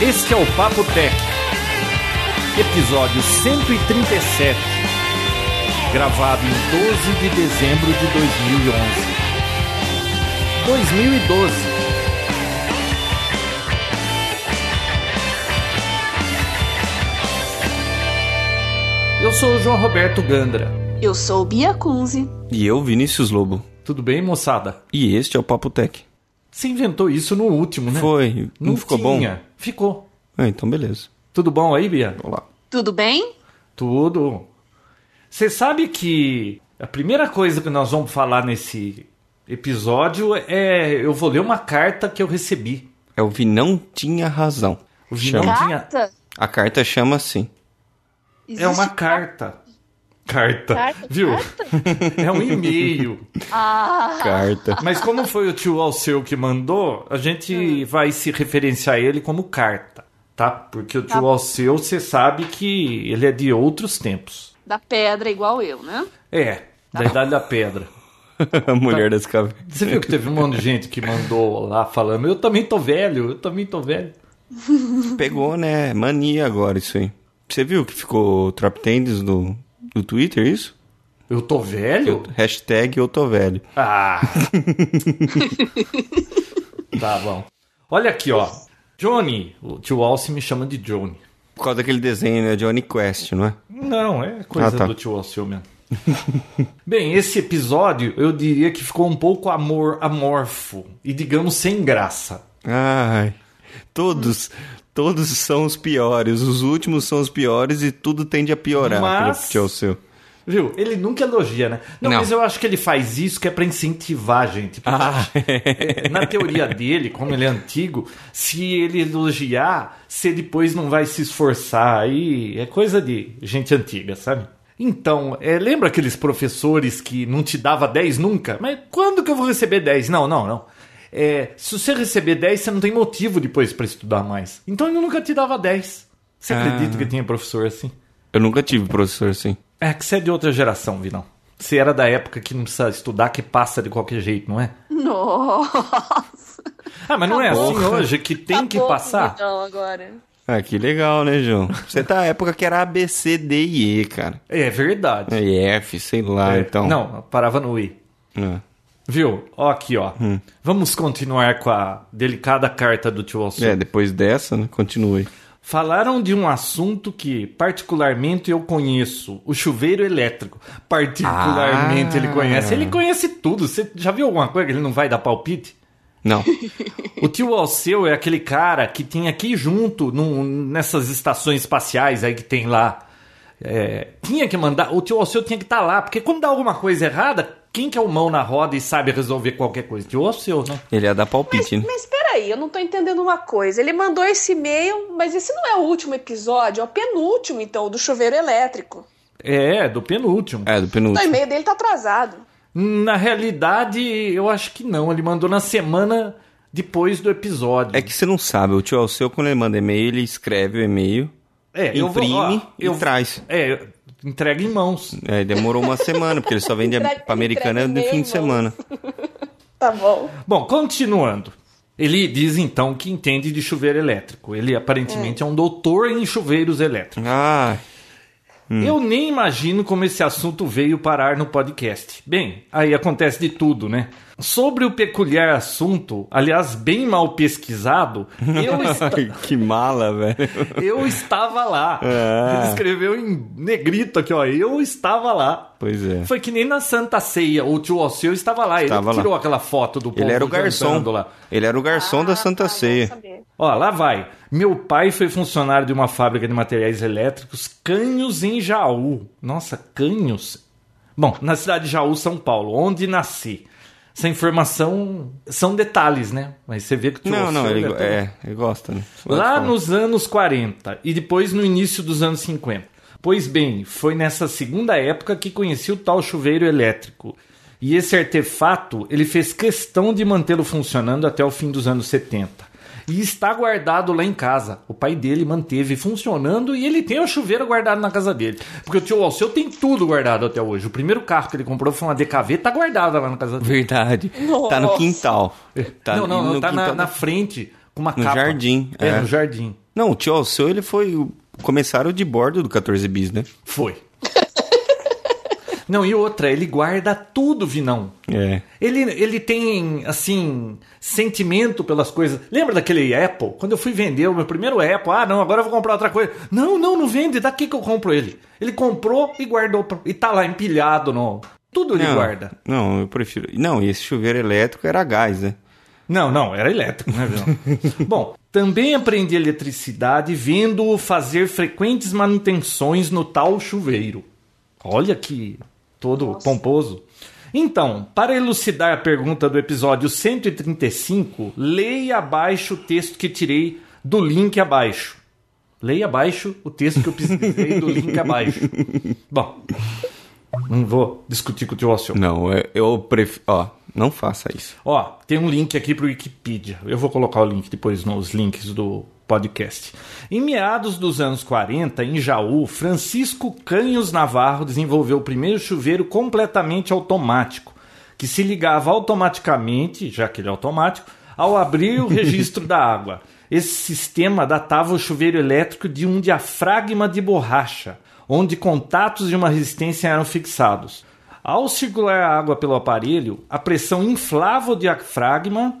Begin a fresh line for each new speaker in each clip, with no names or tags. Este é o Papo Tech, episódio 137, gravado em 12 de dezembro de 2011. 2012. Eu sou o João Roberto Gandra.
Eu sou Bia Kunze.
E eu, Vinícius Lobo.
Tudo bem, moçada?
E este é o Papo Tech.
Você inventou isso no último, né?
Foi. Não, ficou
tinha. Ficou.
bom? É, então beleza.
Tudo bom aí, Bia?
Vamos lá.
Tudo bem?
Tudo. Você sabe que a primeira coisa que nós vamos falar nesse episódio é eu vou ler uma carta que eu recebi.
É o Vinão Tinha Razão.
O Vinão
Chama.
tinha-
Carta?
A carta chama assim.
É uma carta. Carta.
Carta?
Viu? É um e-mail.
Ah,
Carta.
Mas como foi o tio Alceu que mandou, a
Hum.
gente vai se referenciar a ele como carta, tá? Porque o tio
Tá.
Alceu, você sabe que ele é de outros tempos.
da pedra igual eu, né?
É, da Idade da Pedra.
A mulher das cavernas.
Você viu que teve um monte de gente que mandou lá falando, eu também tô velho, eu também tô velho.
Pegou, né? Mania agora isso aí. Você viu que ficou trap tendes do, do Twitter, isso?
Eu tô velho?
Hashtag eu tô velho.
Ah! tá bom. Olha aqui, ó. Johnny, o tio Alce me chama de Johnny.
Por causa daquele desenho, né? Johnny Quest, não é?
Não, é coisa
Ah, tá.
do tio Alceu mesmo. Bem, esse episódio eu diria que ficou um pouco amor amorfo e digamos sem graça.
Ai. Todos. Todos são os piores. Os últimos são os piores e tudo tende a piorar.
Mas-
pelo que é o seu.
Viu? Ele nunca elogia, né? Não,
Não.
mas eu acho que ele faz isso que é pra incentivar a gente. Porque tipo, Na teoria dele, como ele é antigo, se ele elogiar, se depois não vai se esforçar, aí é coisa de gente antiga, sabe? Então, é, lembra aqueles professores que não te dava 10 nunca? Mas quando que eu vou receber 10? Não, não, não. É, se você receber 10, você não tem motivo depois pra estudar mais. Então ele nunca te dava 10. Você acredita que tinha professor assim?
Eu nunca tive professor assim.
É que você é de outra geração, Vinão. Você era da época que não precisa estudar, que passa de qualquer jeito, não é?
Nossa.
Ah, mas não é assim
Porra.
hoje que tem que
Acabou
passar?
Então, agora.
Ah, que legal, né, João? Você tá na época que era A, B, C, D e E, cara.
É verdade.
E F, sei lá,
É,
então.
Não, parava no I.
Ah,
Viu? Ó aqui, ó.
Hum.
Vamos continuar com a delicada carta do tio Alceu.
É, depois dessa, né? Continue.
Falaram de um assunto que particularmente eu conheço, o chuveiro elétrico. Particularmente
Ah.
ele conhece. Ele conhece tudo. Você já viu alguma coisa que ele não vai dar palpite?
Não.
O tio Alceu é aquele cara que tinha aqui junto, num- nessas estações espaciais aí que tem lá. É, tinha que mandar. O tio Alceu tinha que estar lá, porque quando dá alguma coisa errada, quem que é o mão na roda e sabe resolver qualquer coisa? Tio Alceu, né?
Ele ia dar palpite, né?
Mas peraí, eu não tô entendendo uma coisa. Ele mandou esse e-mail, mas esse não é o último episódio, é o penúltimo, então, do chuveiro elétrico.
É, do penúltimo.
É, do
O
penúltimo.
e-mail dele tá atrasado.
Na realidade, eu acho que não. Ele mandou na semana depois do episódio.
É que você não sabe, o tio Alceu, quando ele manda e-mail, ele escreve o e-mail,
É, eu vou-
imprime
ó,
e
eu-
traz.
É, entrega em mãos.
É, demorou uma semana, porque ele só vende
Entrega-
pra americana
entrega
no fim
e-mail,
de semana.
Tá bom.
Bom, continuando. Ele diz então que entende de chuveiro elétrico. Ele aparentemente é, um doutor em chuveiros elétricos.
Ah,
Eu nem imagino como esse assunto veio parar no podcast. Bem, aí acontece de tudo, né? Sobre o peculiar assunto, aliás, bem mal pesquisado, eu, esta-
que mala, velho.
eu estava lá.
Ah.
Ele escreveu em negrito aqui, ó. Eu estava lá.
Pois é.
Foi que nem na Santa Ceia, o tio Alceu estava lá.
Estava
ele
lá.
tirou aquela foto do povo
Ele era o garçom.
jantando lá.
Ele era o
É
garçom da
Ah, tá,
Santa
bom
Ceia.
saber.
Ó, lá vai. Meu pai foi funcionário de uma fábrica de materiais elétricos, Canhos, em Jaú. Nossa, Canhos? Bom, na cidade de Jaú, São Paulo, onde nasci. Essa informação são detalhes, né? Mas você vê que o tio
Não, não,
Alceu
ele,
já
go-
tem-
é, ele gosta, né?
Lá
Gosta.
nos anos 40 e depois no início dos anos 50. Pois bem, foi nessa segunda época que conheci o tal chuveiro elétrico. E esse artefato, ele fez questão de mantê-lo funcionando até o fim dos anos 70. E está guardado lá em casa. O pai dele manteve funcionando e ele tem o chuveiro guardado na casa dele. Porque o tio Alceu tem tudo guardado até hoje. O primeiro carro que ele comprou foi uma DKV, tá guardada lá na casa dele.
Verdade. Tá no
Nossa.
quintal. Tá
não, não,
no
não, tá na,
quintal
na
do-
frente, com uma
No
capa.
jardim,
É,
é.
no jardim.
Não, o tio Alceu, ele foi o comissário de bordo do 14 bis, né?
Foi. Não, e outra, ele guarda tudo, Vinão.
É.
Ele, ele tem, assim, sentimento pelas coisas. Lembra daquele Apple? Quando eu fui vender o meu primeiro Apple, ah, não, agora eu vou comprar outra coisa. Não, não, não vende, daqui que eu compro ele. Ele comprou e guardou, pra- e tá lá empilhado no... Tudo ele
não,
guarda.
Não, eu prefiro. Não, e esse chuveiro elétrico era a gás, né?
Não, não, era elétrico, né, Vinão? Bom, também aprendi eletricidade vendo-o fazer frequentes manutenções no tal chuveiro. Olha que todo pomposo. Então, para elucidar a pergunta do episódio 135, leia abaixo o texto que tirei do link abaixo. Leia abaixo o texto que eu pesquisei do link abaixo. Bom, não vou discutir com o tio Ossio.
Não, eu, eu prefiro. Ó, não faça isso.
Ó, tem um link aqui pro Wikipedia. Eu vou colocar o link depois nos links do podcast. Em meados dos anos 40, em Jaú, Francisco Canhos Navarro desenvolveu o primeiro chuveiro completamente automático, que se ligava automaticamente, já que ele é automático, ao abrir o registro da água. Esse sistema datava o chuveiro elétrico de um diafragma de borracha, onde contatos de uma resistência eram fixados. Ao circular a água pelo aparelho, a pressão inflava o diafragma,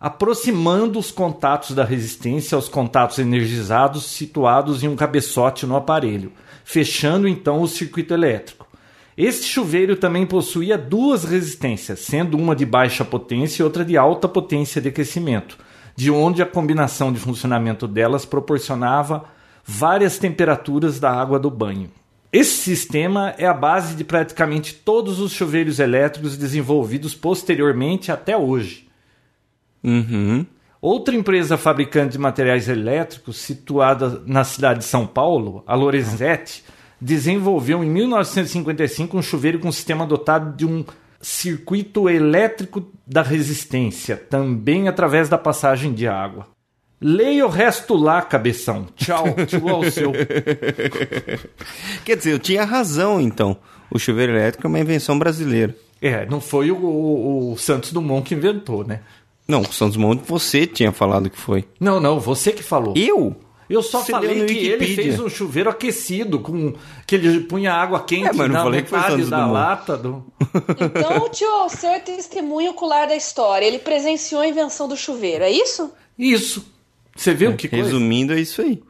aproximando os contatos da resistência aos contatos energizados situados em um cabeçote no aparelho, fechando então o circuito elétrico. Este chuveiro também possuía duas resistências, sendo uma de baixa potência e outra de alta potência de aquecimento, de onde a combinação de funcionamento delas proporcionava várias temperaturas da água do banho. Esse sistema é a base de praticamente todos os chuveiros elétricos desenvolvidos posteriormente até hoje.
Uhum.
Outra empresa fabricante de materiais elétricos, situada na cidade de São Paulo, a Lorenzetti, desenvolveu em 1955 um chuveiro com sistema dotado de um circuito elétrico da resistência, também através da passagem de água. Leia o resto lá, cabeção. Tchau, tchau ao seu.
Quer dizer, eu tinha razão, então. O chuveiro elétrico é uma invenção brasileira.
É, não foi o, o- o Santos Dumont que inventou, né?
Não, o Santos Dumont, você tinha falado que foi.
Não, não, você que falou.
Eu?
Eu só
Você leu
falei
no
que ele
Wikipedia.
fez um chuveiro aquecido, com que ele punha água quente
É, mas não
na
falei que foi
metade
Santos
da
Dumont.
lata. Do...
Então, o tio Alceu é testemunho ocular da história. Ele presenciou a invenção do chuveiro, é isso?
Isso. Você viu que coisa?
Resumindo, é isso aí.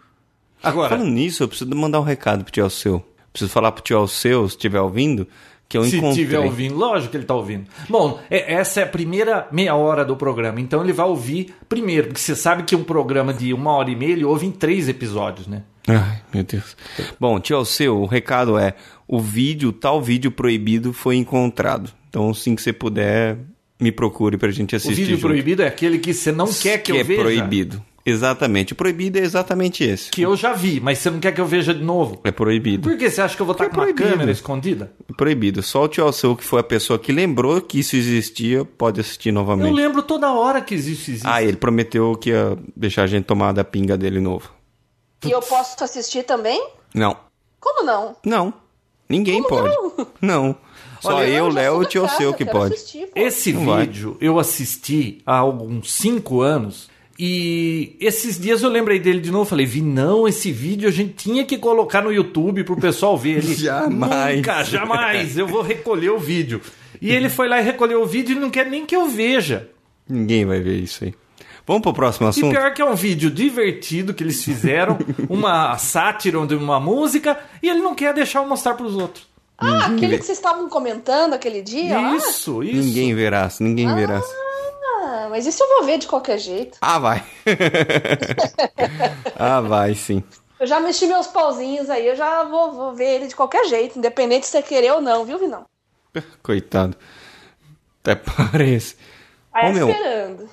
Agora,
Falando nisso, eu preciso mandar um recado pro tio Alceu. Preciso falar pro tio Alceu, se estiver ouvindo, que eu
se
encontrei.
estiver ouvindo, lógico que ele tá ouvindo. Bom, é- essa é a primeira meia hora do programa, então ele vai ouvir primeiro, porque você sabe que um programa de uma hora e meia ele ouve em três episódios, né?
Ai, meu Deus. Bom, tio Alceu, o recado é: o vídeo, o tal vídeo proibido foi encontrado. Então, assim que você puder, me procure pra gente
O
assistir.
vídeo
junto.
proibido é aquele que você não quer que,
é
eu veja,
proibido. Exatamente. O proibido é exatamente esse.
que eu já vi, mas você não quer que eu veja de novo.
É proibido.
Por que você acha que eu vou estar
É
com uma
proibido.
câmera escondida?
É Proibido. Só o tio Alceu, que foi a pessoa que lembrou que isso existia, pode assistir
Eu
novamente.
lembro toda hora que existe existe.
Ah, ele prometeu que ia deixar a gente tomar da pinga dele novo.
E eu posso assistir também?
Não.
Como não?
Não. Ninguém pode. Não. Só
Olha,
eu,
já
Léo
sou
e o tio
da casa,
Alceu
eu
que
quero
pode.
assistir, pô.
Esse
Não vai.
vídeo eu assisti há alguns 5 anos e esses dias eu lembrei dele de novo. Falei, vi, não, esse vídeo a gente tinha que colocar no YouTube pro pessoal ver. Ele,
Jamais.
Nunca, jamais. Eu vou recolher o vídeo. E ele foi lá e recolheu o vídeo e não quer nem que eu veja.
Ninguém vai ver isso aí. Vamos pro próximo
E
assunto?
pior que é um vídeo divertido que eles fizeram, uma sátira de uma música, e ele não quer deixar eu mostrar pros outros.
Ah,
Uhum.
aquele que vocês estavam comentando aquele dia? Ah, lá?
Isso, isso.
Ninguém verá, ninguém verá.
Ah, mas isso eu vou ver de qualquer jeito.
Ah, vai. ah, vai, sim.
Eu já mexi meus pauzinhos aí, eu já vou, vou ver ele de qualquer jeito, independente se você querer ou não, viu, Vinão?
Coitado. Até parece.
Aí
Ô, meu,
Tá esperando.
O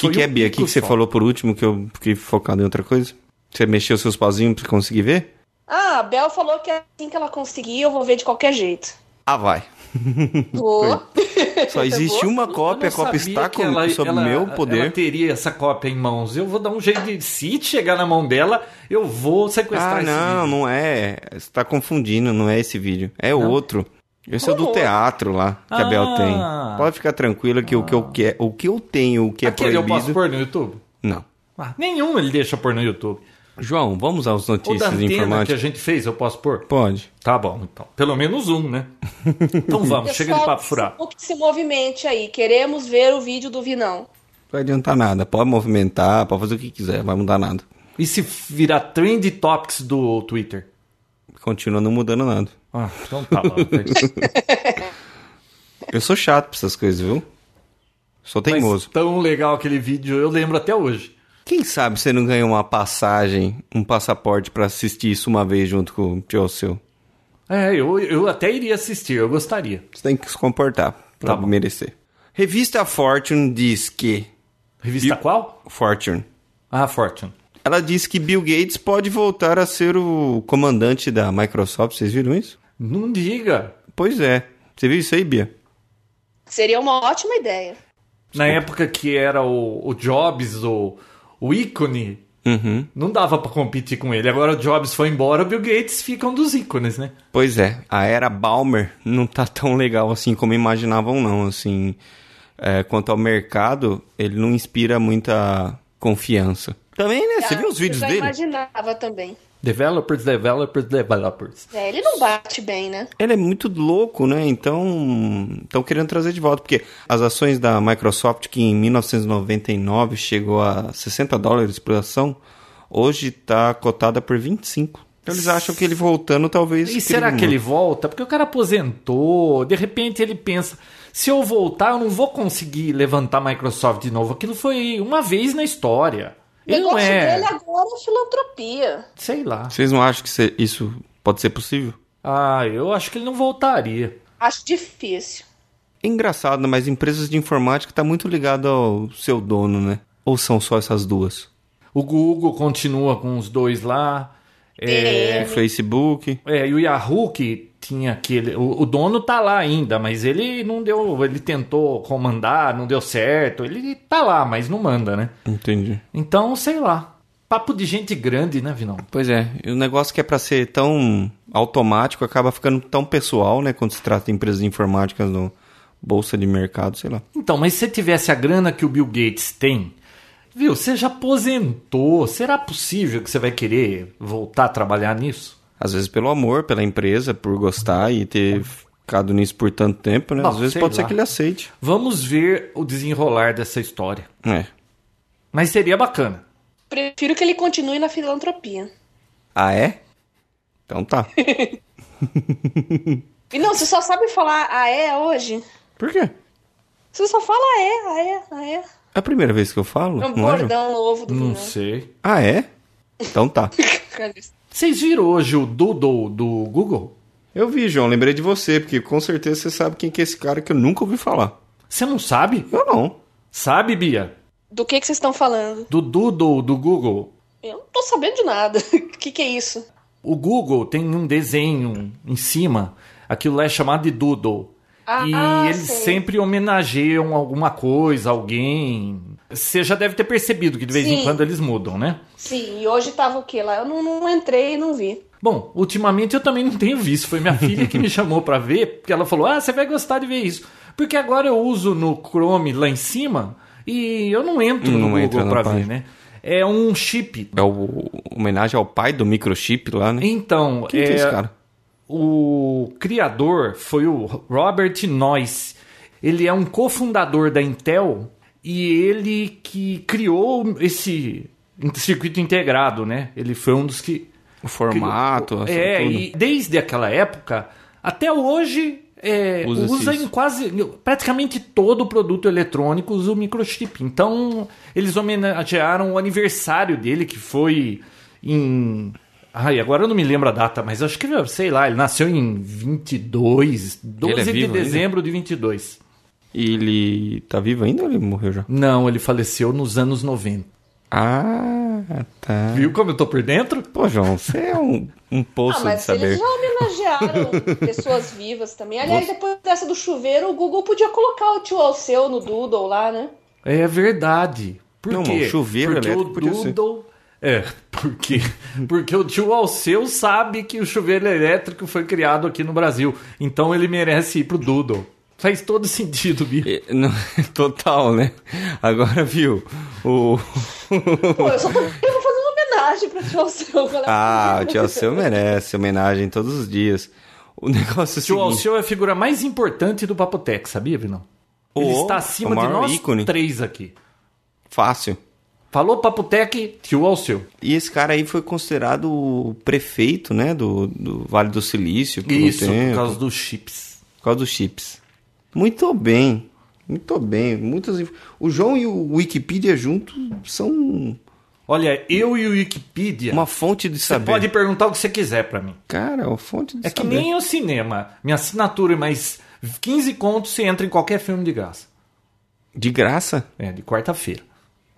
que,
Foi
que é,
um
Bia? O que,
pico
que você
só.
falou por último que eu fiquei focado em outra coisa? Você mexeu seus pauzinhos pra conseguir ver?
Ah, a Bel falou que assim que ela conseguir, eu vou ver de qualquer jeito.
Ah, vai.
Vou.
Só existe uma cópia, a
Eu não
cópia
sabia
está
que
com,
ela-
sob
ela-
meu
Ela
poder.
teria essa cópia em mãos. Eu vou dar um jeito de. Se chegar na mão dela, eu vou sequestrar
Ah,
esse
não,
vídeo.
não é. Você tá confundindo, não é esse vídeo. É outro. Esse é o do
Como
teatro lá que a Bel
Uhum. Ah.
tem. Pode ficar tranquila que o que eu quero, o que eu tenho, o que é
Aquele eu posso
proibido.
pôr no YouTube?
Não.
Ah, nenhum ele deixa pôr no YouTube.
João, vamos às
O da
notícias
antena que a
informáticas.
gente fez, eu posso pôr?
Pode.
Tá bom, então. Pelo menos um, né? Então vamos, chega de
Pessoal,
papo furado.
O que se movimente aí? Queremos ver o vídeo do Vinão.
Não vai adiantar nada. Pode movimentar, pode fazer o que quiser, vai mudar nada.
E se virar trend topics do Twitter?
Continua não mudando nada.
Ah, então tá bom.
Eu sou chato pra essas coisas, viu? Sou teimoso.
Mas tão legal aquele vídeo, eu lembro até hoje.
Quem sabe você não ganha uma passagem, um passaporte pra assistir isso uma vez junto com o tio seu.
É, eu, eu até iria assistir, eu gostaria.
Você tem que se comportar pra
Tá bom.
merecer. Revista Fortune diz que...
Revista qual?
Fortune.
Ah, Fortune.
Ela diz que Bill Gates pode voltar a ser o comandante da Microsoft. Vocês viram isso?
Não diga.
Pois é. Você viu isso aí, Bia?
Seria uma ótima ideia.
Na época que era o, o Jobs, o, o ícone,
Uhum.
não dava pra competir com ele. Agora o Jobs foi embora, o Bill Gates fica um dos ícones, né?
Pois é, a era Balmer não tá tão legal assim como imaginavam, não. Assim, É, quanto ao mercado, ele não inspira muita confiança. Também, né? Você
Ah,
viu os vídeos
eu já
dele?
imaginava também.
Developers, developers, developers.
É, ele não bate bem, né?
Ele é muito louco, né? Então, estão querendo trazer de volta, porque as ações da Microsoft, que em 1999 chegou a 60 dólares por ação, hoje está cotada por 25. Então, eles acham que ele voltando talvez.
E será que ele volta? Porque o cara aposentou, de repente ele pensa: se eu voltar, eu não vou conseguir levantar a Microsoft de novo. Aquilo foi uma vez na história.
O
Ele não
negócio
é.
dele é- agora é filantropia.
Sei lá.
Vocês não acham que isso- isso pode ser possível?
Ah, eu acho que ele não voltaria.
Acho difícil.
É engraçado, né? mas empresas de informática tá muito ligado ao seu dono, né? Ou são só essas duas?
O Google continua com os dois lá. É,
O Facebook.
é, e o Yahoo que tinha aquele. O, o dono tá lá ainda, mas ele não deu. Ele tentou comandar, não deu certo. Ele tá lá, mas não manda, né?
Entendi.
Então, sei lá. Papo de gente grande, né, Vinão?
Pois é, e o negócio que é pra ser tão automático acaba ficando tão pessoal, né? Quando se trata de empresas informáticas no bolsa de mercado, sei lá.
Então, mas se você tivesse a grana que o Bill Gates tem, viu? Você já aposentou. Será possível que você vai querer voltar a trabalhar nisso?
Às vezes pelo amor, pela empresa, por gostar e ter ficado nisso por tanto tempo, né?
Não,
Às vezes
sei
pode ser
lá.
que ele aceite.
Vamos ver o desenrolar dessa história.
É.
Mas seria bacana.
Prefiro que ele continue na filantropia.
Ah, é? Então tá.
E não, você só sabe falar ah é hoje?
Por quê?
Você só fala ah é, ah é, ah é.
É a primeira vez que eu falo?
É um
não é, João?
bordão novo do
Não
Vinão.
sei.
Ah, é? Então tá.
Vocês viram hoje o Doodle do Google?
Eu vi, João, lembrei de você, porque com certeza você sabe quem que é esse cara que eu nunca ouvi falar.
Você não sabe?
Eu não.
Sabe, Bia?
Do que, que vocês estão falando?
Do Doodle do Google.
Eu não tô sabendo de nada. O que, que é isso?
O Google tem um desenho em cima, aquilo lá é chamado de Doodle.
Ah,
e
ah,
eles
sei.
sempre homenageiam alguma coisa, alguém. Você já deve ter percebido que de vez em
Sim.
quando eles mudam, né?
Sim, e hoje tava o que lá? Eu não, não entrei e não vi.
Bom, ultimamente eu também não tenho visto. Foi minha filha que me chamou pra ver, porque ela falou: "Ah, você vai gostar de ver isso". Porque agora eu uso no Chrome lá em cima e eu não entro
Não
no
entra
Google
na
pra ver,
página.
né? É um chip.
É o homenagem ao pai do microchip lá, né?
Então,
Quem
é,
que é esse cara?
o criador foi o Robert Noyce. Ele é um cofundador da Intel e ele que criou esse circuito integrado, né? Ele foi um dos que
O formato, assim,
é,
tudo.
e desde aquela época até hoje é,
Usa-se
usa, em
isso.
quase praticamente todo produto eletrônico usa o microchip. Então eles homenagearam o aniversário dele que foi em Ai, agora eu não me lembro a data, mas acho que, sei lá, ele nasceu em 22,
é
12 de
vivo ainda?
dezembro de 22.
E ele tá vivo ainda ou ele morreu já?
Não, ele faleceu nos anos 90.
Ah, tá.
Viu como eu tô por dentro?
Pô, João, você é um, um
ah,
poço de
mas
saber.
eles já homenagearam pessoas vivas também. Aliás,
Você-
depois dessa do chuveiro, o Google podia colocar o tio Alceu no Doodle lá, né?
É verdade. Por
Não,
quê?
mano, chuveiro
porque
elétrico
o
podia ser.
Doodle... É, porque, porque o tio Alceu sabe que o chuveiro elétrico foi criado aqui no Brasil. Então ele merece ir pro Doodle. Faz todo sentido, Bia.
E- É, não, Total, né? Agora, viu? O.
Pô, eu só tô aqui pra fazer uma homenagem pra Tio Alceu. galera.
Ah, o Tio Alceu merece homenagem todos os dias. O negócio é
Tio
o seguinte...
Alceu é a figura mais importante do Papotec, sabia, Vinão? Ele
Ô, é
está
o
acima de
maior
nós
ícone.
três aqui.
Fácil.
Falou Papotec, tio Alceu.
E esse cara aí foi considerado o prefeito, né? Do, do Vale do Silício. Por um
Isso,
tempo,
por causa dos chips.
por causa dos chips. Muito bem. Muito bem. Muitas... inf- O João e o Wikipedia juntos são
Olha, eu e o Wikipedia,
uma fonte de
você
saber.
pode perguntar o que você quiser pra mim.
Cara, uma fonte de
É que
saber.
nem o cinema. Minha assinatura e mais 15 contos, você entra em qualquer filme de graça.
De graça?
É, de quarta-feira.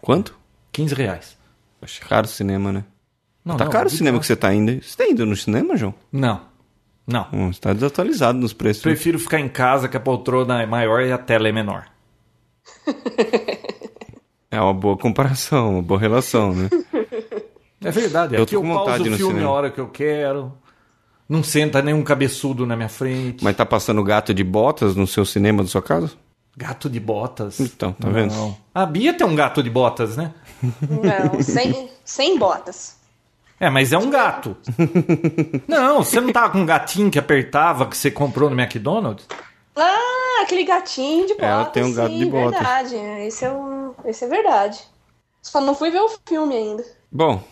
Quanto?
15 reais.
Acho caro o cinema, né?
Não,
tá
não,
caro o
de
cinema que
graça.
você tá indo. Você tá indo no cinema, João?
Não, não.
Hum, você tá desatualizado nos preços. né?
Prefiro ficar em casa que a poltrona é maior e a tela é menor.
É uma boa comparação, uma boa relação, né?
É verdade.
Eu
Aqui
tô
eu
com
pauso
vontade
o
ir no
filme a
cinema.
hora que eu quero. Não senta nenhum cabeçudo na minha frente.
Mas tá passando gato de botas no seu cinema da sua casa?
Gato de botas.
Então, tá vendo?
Não. A Bia tem um gato de botas, né?
Não, sem, sem botas.
É, mas é um gato. não, você não tava com um gatinho que apertava que você comprou no McDonald's?
Ah, aquele gatinho de botas.
Ela tem um gato
sim,
de botas.
verdade. Esse é, um, esse é verdade. Só não fui ver o filme ainda.
Bom,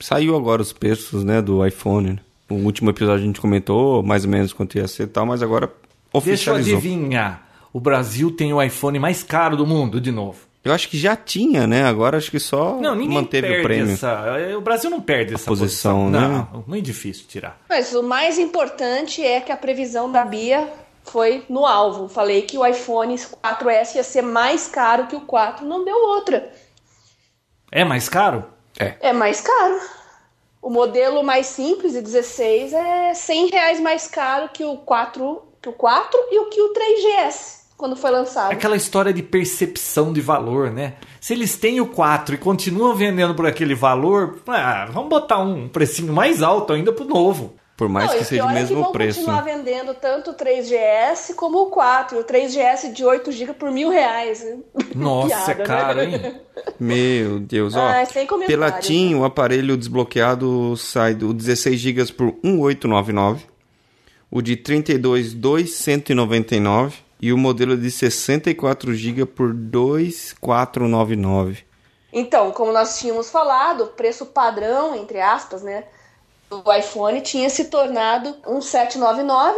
saiu agora os preços, né, do iPhone. né? O último episódio a gente comentou mais ou menos quanto ia ser e tal, mas agora
Deixa eu
oficializou. Eu,
adivinhar. O Brasil tem o iPhone mais caro do mundo, de novo.
acho que já tinha, né? Agora acho que só
Não, ninguém
manteve
perde
o prêmio.
essa... é, O Brasil não perde essa
posição,
posição.
né?
Não, muito difícil tirar.
Mas o mais importante é que a previsão da Bia foi no alvo. Falei que o iPhone 4S ia ser mais caro que o 4, não deu outra.
É mais caro?
É mais caro. O modelo mais simples de 16 é 100 reais mais caro que o 4, que o 4 e o que o 3GS quando foi lançado.
É Aquela história de percepção de valor, né? Se eles têm o 4 e continuam vendendo por aquele valor, ah, vamos botar um precinho mais alto ainda pro novo.
Por mais
Não, e
que seja
pior
o
é
mesmo
vão
preço.
continuar vendendo tanto o 3GS como o 4. E o 3GS de 8 GB por mil reais.
Nossa,
Piada,
é caro,
né?
hein?
Meu Deus, ó.
Ah, sem comentário.
pela TIM,
né?
o aparelho desbloqueado sai do 16 GB por 1899, o de 32 299 e o modelo de 64 GB por 2499.
Então, como nós tínhamos falado, o preço padrão, entre aspas, né, do iPhone tinha se tornado um 799,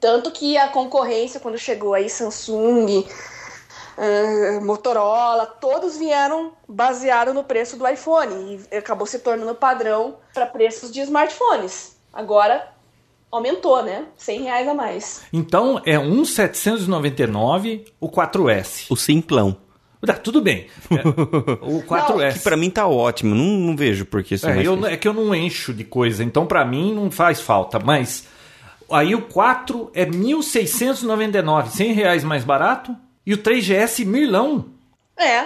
tanto que a concorrência, quando chegou aí Samsung, eh, Motorola, todos vieram baseado no preço do iPhone e acabou se tornando padrão para preços de smartphones. Agora aumentou, né? 100 reais a mais.
Então é 1,799 o 4S.
O simplão.
Tá, tudo bem. É, o 4S.
Que pra mim tá ótimo, não, não vejo por que isso é
É,
mais
eu,
difícil.
é que eu não encho de coisa, então pra mim não faz falta, mas aí o 4 é 1.699, 100 reais mais barato, e o 3GS Mirlão,
É.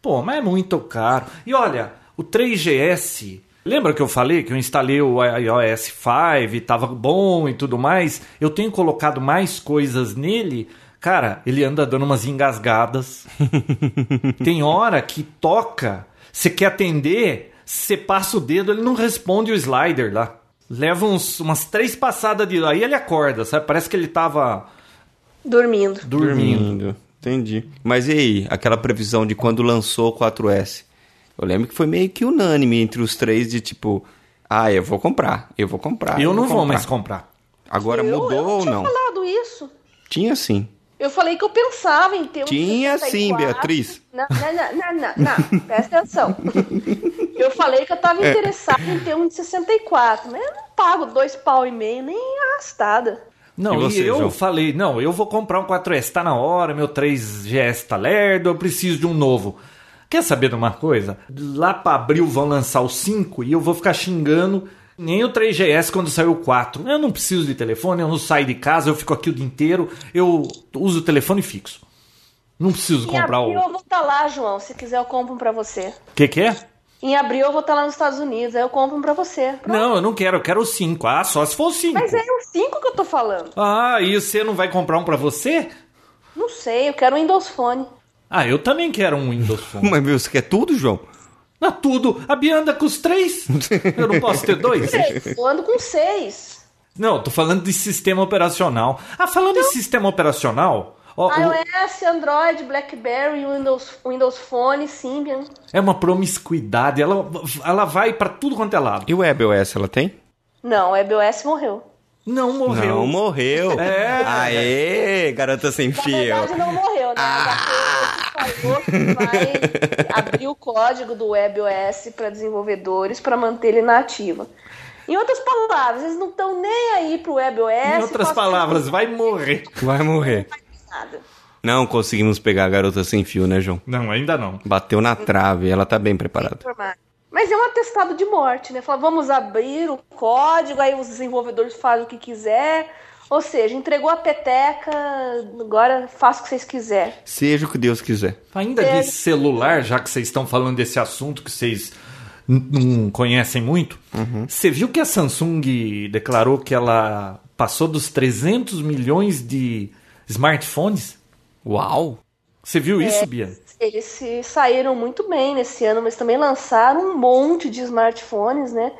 pô, mas é muito caro. E olha, o 3GS, lembra que eu falei que eu instalei o iOS 5, tava bom e tudo mais, eu tenho colocado mais coisas nele, cara, ele anda dando umas engasgadas, tem hora que toca, você quer atender, você passa o dedo, ele não responde o slider lá. Leva uns, umas três passadas de lá. Aí ele acorda, sabe? Parece que ele tava
Dormindo.
é, dormindo.
Entendi. Mas e aí, aquela previsão de quando lançou o 4S? Eu lembro que foi meio que unânime entre os três de tipo, ah, eu vou comprar, eu vou comprar.
eu não vou
comprar.
mais comprar.
Agora
eu,
mudou
eu não
ou
tinha
não?
falado isso.
Tinha sim.
Eu falei que eu pensava em ter um
Tinha
64.
sim, Beatriz.
Não, não, não, não, não, não. presta atenção. Eu falei que eu
É.
tava interessada em ter um de 64, mas eu não pago dois pau e meio, nem arrastada.
Não,
E
e,
você,
eu
João?
falei, não, eu vou comprar um 4S, tá na hora, meu 3GS tá lerdo, eu preciso de um novo. Quer saber de uma coisa? Lá pra abril vão lançar o 5 e eu vou ficar xingando nem o 3GS quando sair o 4. Eu não preciso de telefone, eu não saio de casa, eu fico aqui o dia inteiro, eu uso o telefone fixo. Não preciso
Em
comprar um.
abril
o...
eu vou estar lá, João. Se quiser, eu compro um pra você.
Que que é?
Em abril eu vou estar lá nos Estados Unidos, aí eu compro um pra você. Pronto.
Não, eu não quero, eu quero o 5. Ah, só se for o 5.
é- Mas é o 5 que eu tô falando.
Ah, e você não vai comprar um pra você?
Não sei, eu quero um Windows Phone.
Ah, eu também quero um Windows Phone.
Mas meu, você quer tudo, João?
Ah, tudo. A Bia anda com os três. Eu não posso ter dois?
Três, eu ando com seis.
Não, tô falando de sistema operacional. Ah, falando em sistema operacional. ó,
Ah,
o-
iOS, Android, BlackBerry, Windows, Windows Phone, Symbian.
é uma promiscuidade. Ela, ela vai pra tudo quanto é lado.
E o WebOS, ela tem?
Não, o iOS morreu.
Não morreu.
Não morreu.
É.
Aê, garota sem
Na
fio.
verdade, não morreu, né?
Ah.
A HP falou que vai abrir o código do WebOS para desenvolvedores para manter ele na ativa. Em outras palavras, eles não estão nem aí pro WebOS.
Em outras
fazendo
palavras, vai morrer.
Vai morrer.
nada.
Não conseguimos pegar a garota sem fio, né, João?
Não, ainda não.
Bateu na trave, ela tá bem preparada.
Informar. Mas é um atestado de morte, né? Fala, vamos abrir o código, aí os desenvolvedores fazem o que quiser. Ou seja, entregou a peteca, agora faça o que vocês quiserem.
Seja o que Deus quiser.
Ainda de celular, já que vocês estão falando desse assunto que vocês n- não conhecem muito,
Uhum.
você viu que a Samsung declarou que ela passou dos 300 milhões de smartphones?
Uau!
Você viu
É,
isso, Bia?
Eles se saíram muito bem nesse ano, mas também lançaram um monte de smartphones, né?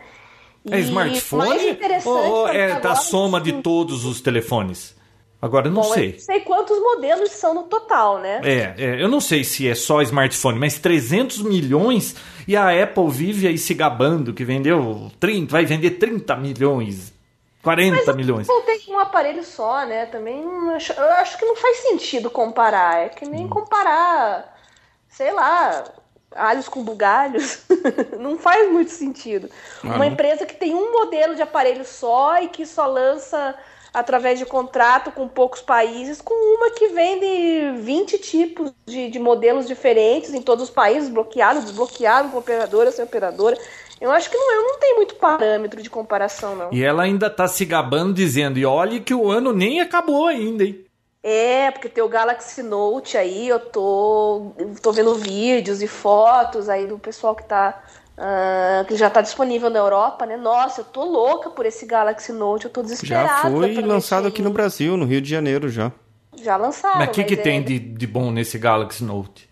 E
É
o mais
smartphone
interessante
ou
foi que
é da
agora-
soma de todos os telefones? Agora, eu não
Bom, é eu
sei.
quantos modelos são no total, né?
É, é, eu não sei se é só smartphone, mas 300 milhões e a Apple vive aí se gabando que vendeu 30, vai vender 30 milhões, 40 milhões.
Voltei com um aparelho só, né? Também não acho, eu acho que não faz sentido comparar. É que nem comparar, sei lá, alhos com bugalhos. não faz muito sentido. Uma empresa que tem um modelo de aparelho só e que só lança através de contrato com poucos países, com uma que vende 20 tipos de, de modelos diferentes em todos os países, bloqueado, desbloqueado, com operadora, sem operadora. Eu acho que não, não tem muito parâmetro de comparação, não.
E ela ainda tá se gabando dizendo, e olha que o ano nem acabou ainda, hein?
É, porque tem o Galaxy Note aí, eu tô, tô vendo vídeos e fotos aí do pessoal que tá. ah, que já tá disponível na Europa, né? Nossa, eu tô louca por esse Galaxy Note, eu tô desesperada.
Já foi
pra
lançado
mexer
aqui
em-
no Brasil, no Rio de Janeiro já.
Já lançaram.
Mas o que, que
é-
tem de, de bom nesse Galaxy Note?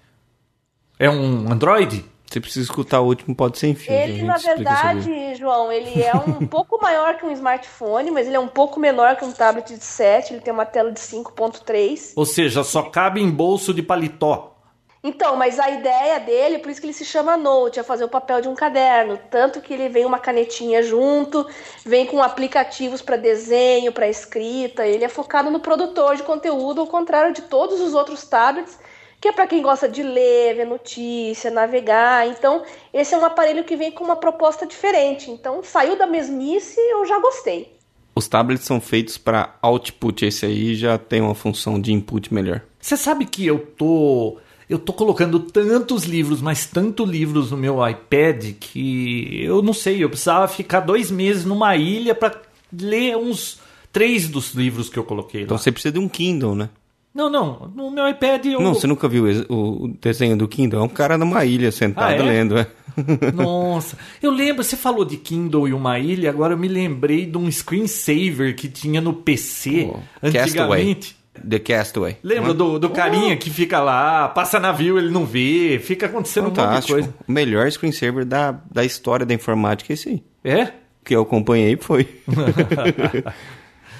É um Android?
Você precisa escutar o último, pode ser enfim. a
Ele,
gente
na
explica sobre ele.
verdade, João, ele é um pouco maior que um smartphone, mas ele é um pouco menor que um tablet de 7, ele tem uma tela de 5.3.
Ou seja, só cabe em bolso de paletó.
Então, mas a ideia dele, por isso que ele se chama Note, é fazer o papel de um caderno. Tanto que ele vem uma canetinha junto, vem com aplicativos para desenho, para escrita. Ele é focado no produtor de conteúdo, ao contrário de todos os outros tablets, que é para quem gosta de ler, ver notícia, navegar. Então, esse é um aparelho que vem com uma proposta diferente. Então, saiu da mesmice, eu já gostei.
Os tablets são feitos para output, esse aí já tem uma função de input melhor.
Você sabe que eu tô eu tô colocando tantos livros, mas tanto livros no meu iPad que eu não sei, eu precisava ficar dois meses numa ilha para ler uns três dos livros que eu coloquei
Então
lá.
você precisa de um Kindle, né?
Não, não, no meu iPad eu
Não, você nunca viu ex- o o desenho do Kindle? É um cara numa ilha sentado
Ah, é?
lendo, é.
Nossa, eu lembro, você falou de Kindle e uma ilha, agora eu me lembrei de um screensaver que tinha no PC
O Oh, Castaway. Hum? Oh.
antigamente.
The Castaway.
Lembra do, do carinha que fica lá, passa navio, ele não vê, fica acontecendo um monte de
Fantástico.
coisa.
O melhor screensaver da, da história da informática é esse aí.
É?
Que eu acompanhei foi.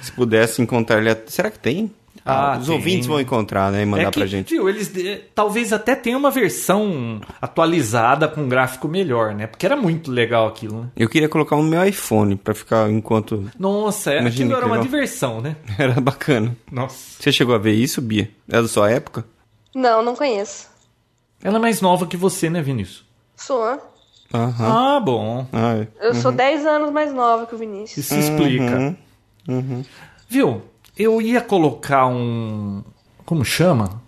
Se pudesse encontrar ele. at- Será que tem?
Ah,
os
tem.
ouvintes vão encontrar, né? E mandar
é que,
pra gente.
Viu, eles eh, talvez até tenha uma versão atualizada com um gráfico melhor, né? Porque era muito legal aquilo, né?
Eu queria colocar um meu iPhone pra ficar enquanto.
Nossa, era, aquilo
Imagina que
era uma
legal.
diversão, né?
Era bacana.
Nossa.
Você chegou a ver isso, Bia? É da sua época?
Não, não conheço.
Ela é mais nova que você, né, Vinícius?
Sou. hã?
Aham.
Ah, bom.
Ah, é.
Eu sou 10 anos mais nova que o Vinícius.
Uhum.
Isso explica. Viu? Eu ia colocar um. Como chama?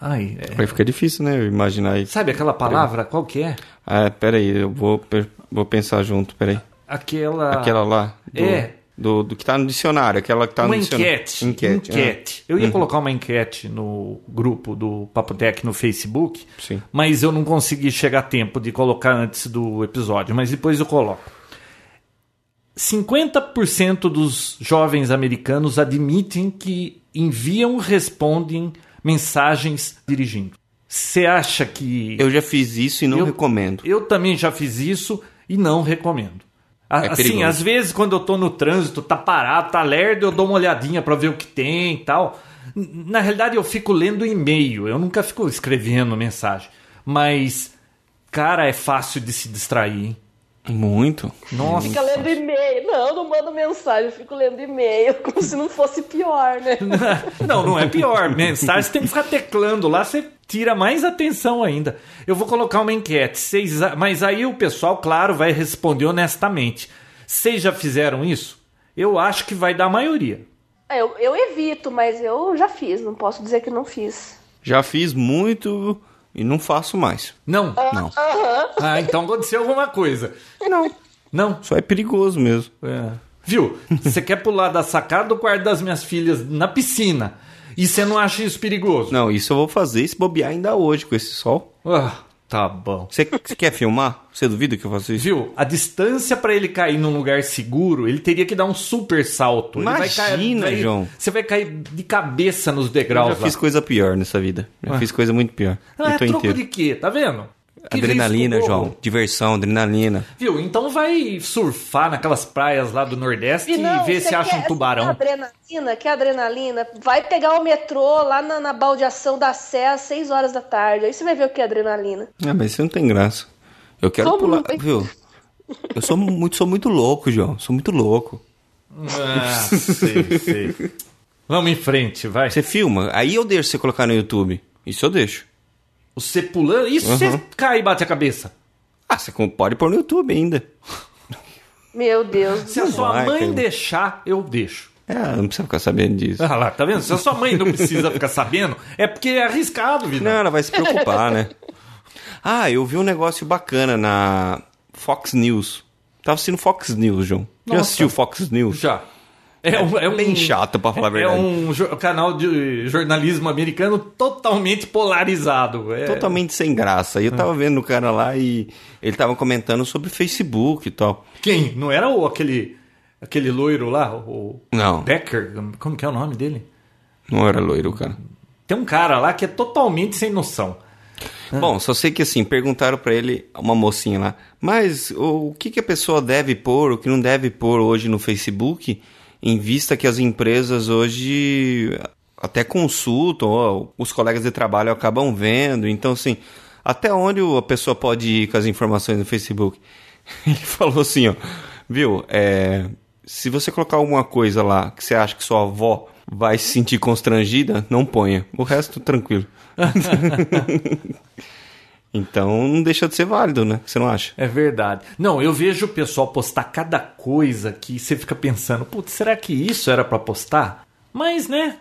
Ai, é-
Vai ficar difícil, né? eu Imaginar isso.
sabe aquela palavra? Qual que é?
Ah, peraí, eu vou, per- vou pensar junto, peraí.
Aquela.
Aquela lá. Do,
Ah. É.
Do, do que tá no dicionário, aquela que tá
uma
no dicionário. é.
enquete. Enquete. Eu
Uhum.
ia colocar uma enquete no grupo do Papotec no Facebook,
Sim.
mas eu não consegui chegar a tempo de colocar antes do episódio, mas depois eu coloco. 50% dos jovens americanos admitem que enviam, respondem mensagens dirigindo. Você acha que.
Eu já fiz isso e não
Eu-
recomendo.
Eu também já fiz isso e não recomendo. A-
É
assim,
perigoso.
às vezes quando eu tô no trânsito, tá parado, tá lerdo, eu dou uma olhadinha pra ver o que tem e tal. N- Na realidade, eu fico lendo e-mail, eu nunca fico escrevendo mensagem. Mas, cara, é fácil de se distrair, hein?
Muito.
Nossa.
Fica lendo e-mail. Não, não mando mensagem, eu fico lendo e-mail, como se não fosse pior, né?
Não, não é pior. Mensagem você tem que ficar teclando lá, você tira mais atenção ainda. Eu vou colocar uma enquete, vocês, mas aí o pessoal, claro, vai responder honestamente. Vocês já fizeram isso? Eu acho que vai dar a maioria.
É, Eu, eu evito, mas eu já fiz, não posso dizer que não fiz.
Já fiz muito e não faço mais.
Não.
Não.
Ah, então aconteceu alguma coisa.
Não.
Não.
Só é perigoso mesmo.
É. Viu? Você quer pular da sacada do quarto das minhas filhas na piscina e você não acha isso perigoso?
Não, isso eu vou fazer e se bobear ainda hoje com esse sol.
Ah, tá bom.
Você você quer filmar? Você duvida que eu faço isso?
Viu? A distância pra ele cair num lugar seguro, ele teria que dar um super salto. Ele
Imagina,
vai cair, vai-
João.
Você vai cair de cabeça nos
Eu
degraus
já
lá.
fiz coisa pior nessa vida. Já fiz coisa muito pior.
Ah,
eu
é
tô
troco
inteiro.
de quê? Tá vendo? Que
Adrenalina,
risco,
João. Diversão, adrenalina.
Viu? Então vai surfar naquelas praias lá do Nordeste e,
não, é
ver
você
se acha
quer-
um
você
tubarão.
Quer adrenalina, quer adrenalina? Vai pegar o metrô lá na, na baldeação da Sé às 6 horas da tarde. Aí você vai ver o que é adrenalina.
Ah, mas isso não tem graça. Eu quero
Como
pular,
não tem?
viu? Eu sou muito, sou muito louco, João. Sou muito louco.
Ah, sei, sei. Vamos em frente, vai.
Você filma, aí eu deixo você colocar no YouTube. Isso eu deixo.
Você pulando, isso você
Uhum.
cai e bate a cabeça.
Ah, você com- pode pôr no YouTube ainda.
Meu Deus do
Se a
céu.
sua
vai,
mãe
cara.
deixar, eu deixo.
É, não precisa ficar sabendo disso.
Ah lá, tá vendo? Se a sua mãe não precisa ficar sabendo, é porque é arriscado,
Não,
Vidal.
ela vai se preocupar, né? Ah, eu vi um negócio bacana na Fox News. Tava assistindo Fox News, João. Já
Nossa.
assistiu Fox News?
Já. É, um, é um-
Bem chato, pra falar a verdade.
É um jo- canal de jornalismo americano totalmente polarizado. É,
Totalmente sem graça. E eu tava vendo o cara lá e ele tava comentando sobre Facebook e tal.
Quem? Não era o, aquele, aquele loiro lá? O
Não.
Becker? Como que é o nome dele?
Não era loiro, cara.
Tem um cara lá que é totalmente sem noção.
Bom, só sei que assim, perguntaram pra ele, uma mocinha lá, mas o, o que, que a pessoa deve pôr, o que não deve pôr hoje no Facebook, em vista que as empresas hoje até consultam, ó, os colegas de trabalho acabam vendo, então assim, até onde o- a pessoa pode ir com as informações no Facebook? Ele falou assim, ó, viu, é, se você colocar alguma coisa lá que você acha que sua avó vai se sentir constrangida, não ponha, o resto tranquilo. Então não deixa de ser válido, né? Você não acha?
É verdade. Não, eu vejo o pessoal postar cada coisa que você fica pensando, putz, será que isso era pra postar? Mas, né?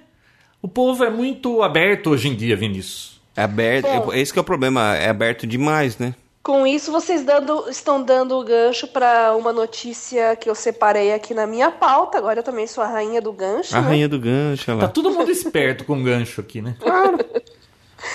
O povo é muito aberto hoje em dia, Vinícius.
É aberto.
Bom.
Esse que é o problema, é aberto demais, né?
Com isso, vocês dando- estão dando o gancho para uma notícia que eu separei aqui na minha pauta. Agora eu também sou a rainha do gancho.
A
né?
rainha do gancho, olha
Tá
lá.
todo mundo esperto com gancho aqui, né?
tá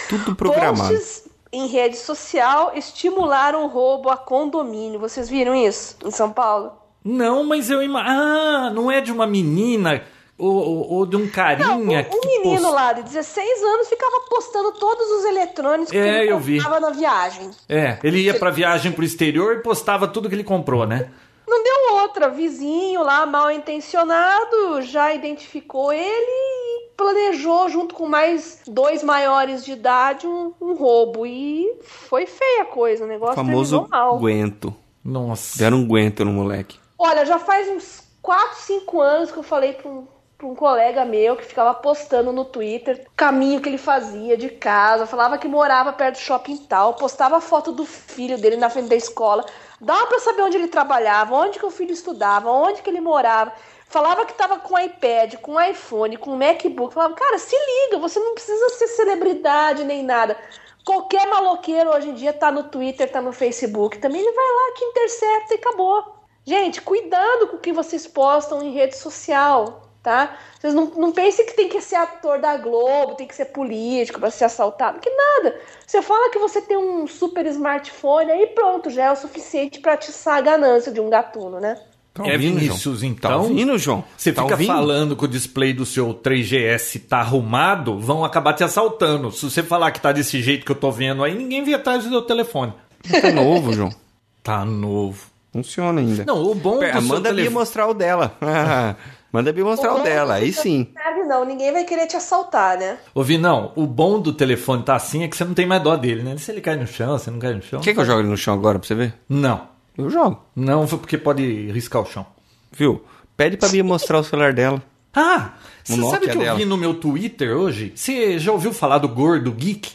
Tudo programado.
Posts em rede social estimularam o roubo a condomínio. Vocês viram isso em São Paulo?
Não, mas eu ima... Ah, não é de uma menina ou, ou- ou de um carinha
Não, um,
que
um menino
posta-
lá de 16 anos ficava postando todos os eletrônicos que
É,
ele
eu vi.
comprava na viagem.
É, ele ia pra viagem pro exterior e postava tudo que ele comprou, né?
Não deu outra. Vizinho lá, mal intencionado, já identificou ele e planejou, junto com mais dois maiores de idade, um, um roubo. E foi feia a coisa, o
O
negócio
famoso
terminou mal.
guento.
Nossa.
Deram um guento no moleque.
Olha, já faz uns 4, 5 anos que eu falei pra um, pra um colega meu que ficava postando no Twitter o caminho que ele fazia de casa, falava que morava perto do shopping tal, postava foto do filho dele na frente da escola. Dava pra saber onde ele trabalhava, onde que o filho estudava, onde que ele morava. Falava que tava com iPad, com iPhone, com MacBook. Falava, cara, se liga, você não precisa ser celebridade nem nada. Qualquer maloqueiro hoje em dia tá no Twitter, tá no Facebook. Também ele vai lá, te intercepta e acabou. Gente, cuidado com o que vocês postam em rede social, tá? Vocês não, não pensem que tem que ser ator da Globo, tem que ser político pra ser assaltado, que nada. Você fala que você tem um super smartphone, aí pronto, já é o suficiente pra atiçar a ganância de um gatuno, né?
Tá
é
ouvindo,
Vinícius,
João?
então.
Tá ouvindo, João?
Você
Tá
fica
ouvindo?
falando que o display do seu 3GS tá arrumado, vão acabar te assaltando. Se você falar que tá desse jeito que eu tô vendo aí, ninguém vem atrás do seu telefone.
Tá novo, João.
Tá novo.
Funciona ainda.
Não, o bom
Pera,
do seu
manda a Bia
telefone...
mostrar o dela. Ah, manda a Bia mostrar o dela, aí sim.
Sabe, não, ninguém vai querer te assaltar, né?
Ô, Vinão, o bom do telefone tá assim é que você não tem mais dó dele, né? Se ele cai no chão, se não cai no chão...
Quer que eu jogue ele no chão agora pra você ver?
Não.
Eu jogo,
Não, foi porque pode riscar o chão.
viu? Pede pra Bia mostrar o celular dela.
Ah, você
Nokia
sabe que eu
dela.
vi no meu Twitter hoje? Você já ouviu falar do Gordo Geek?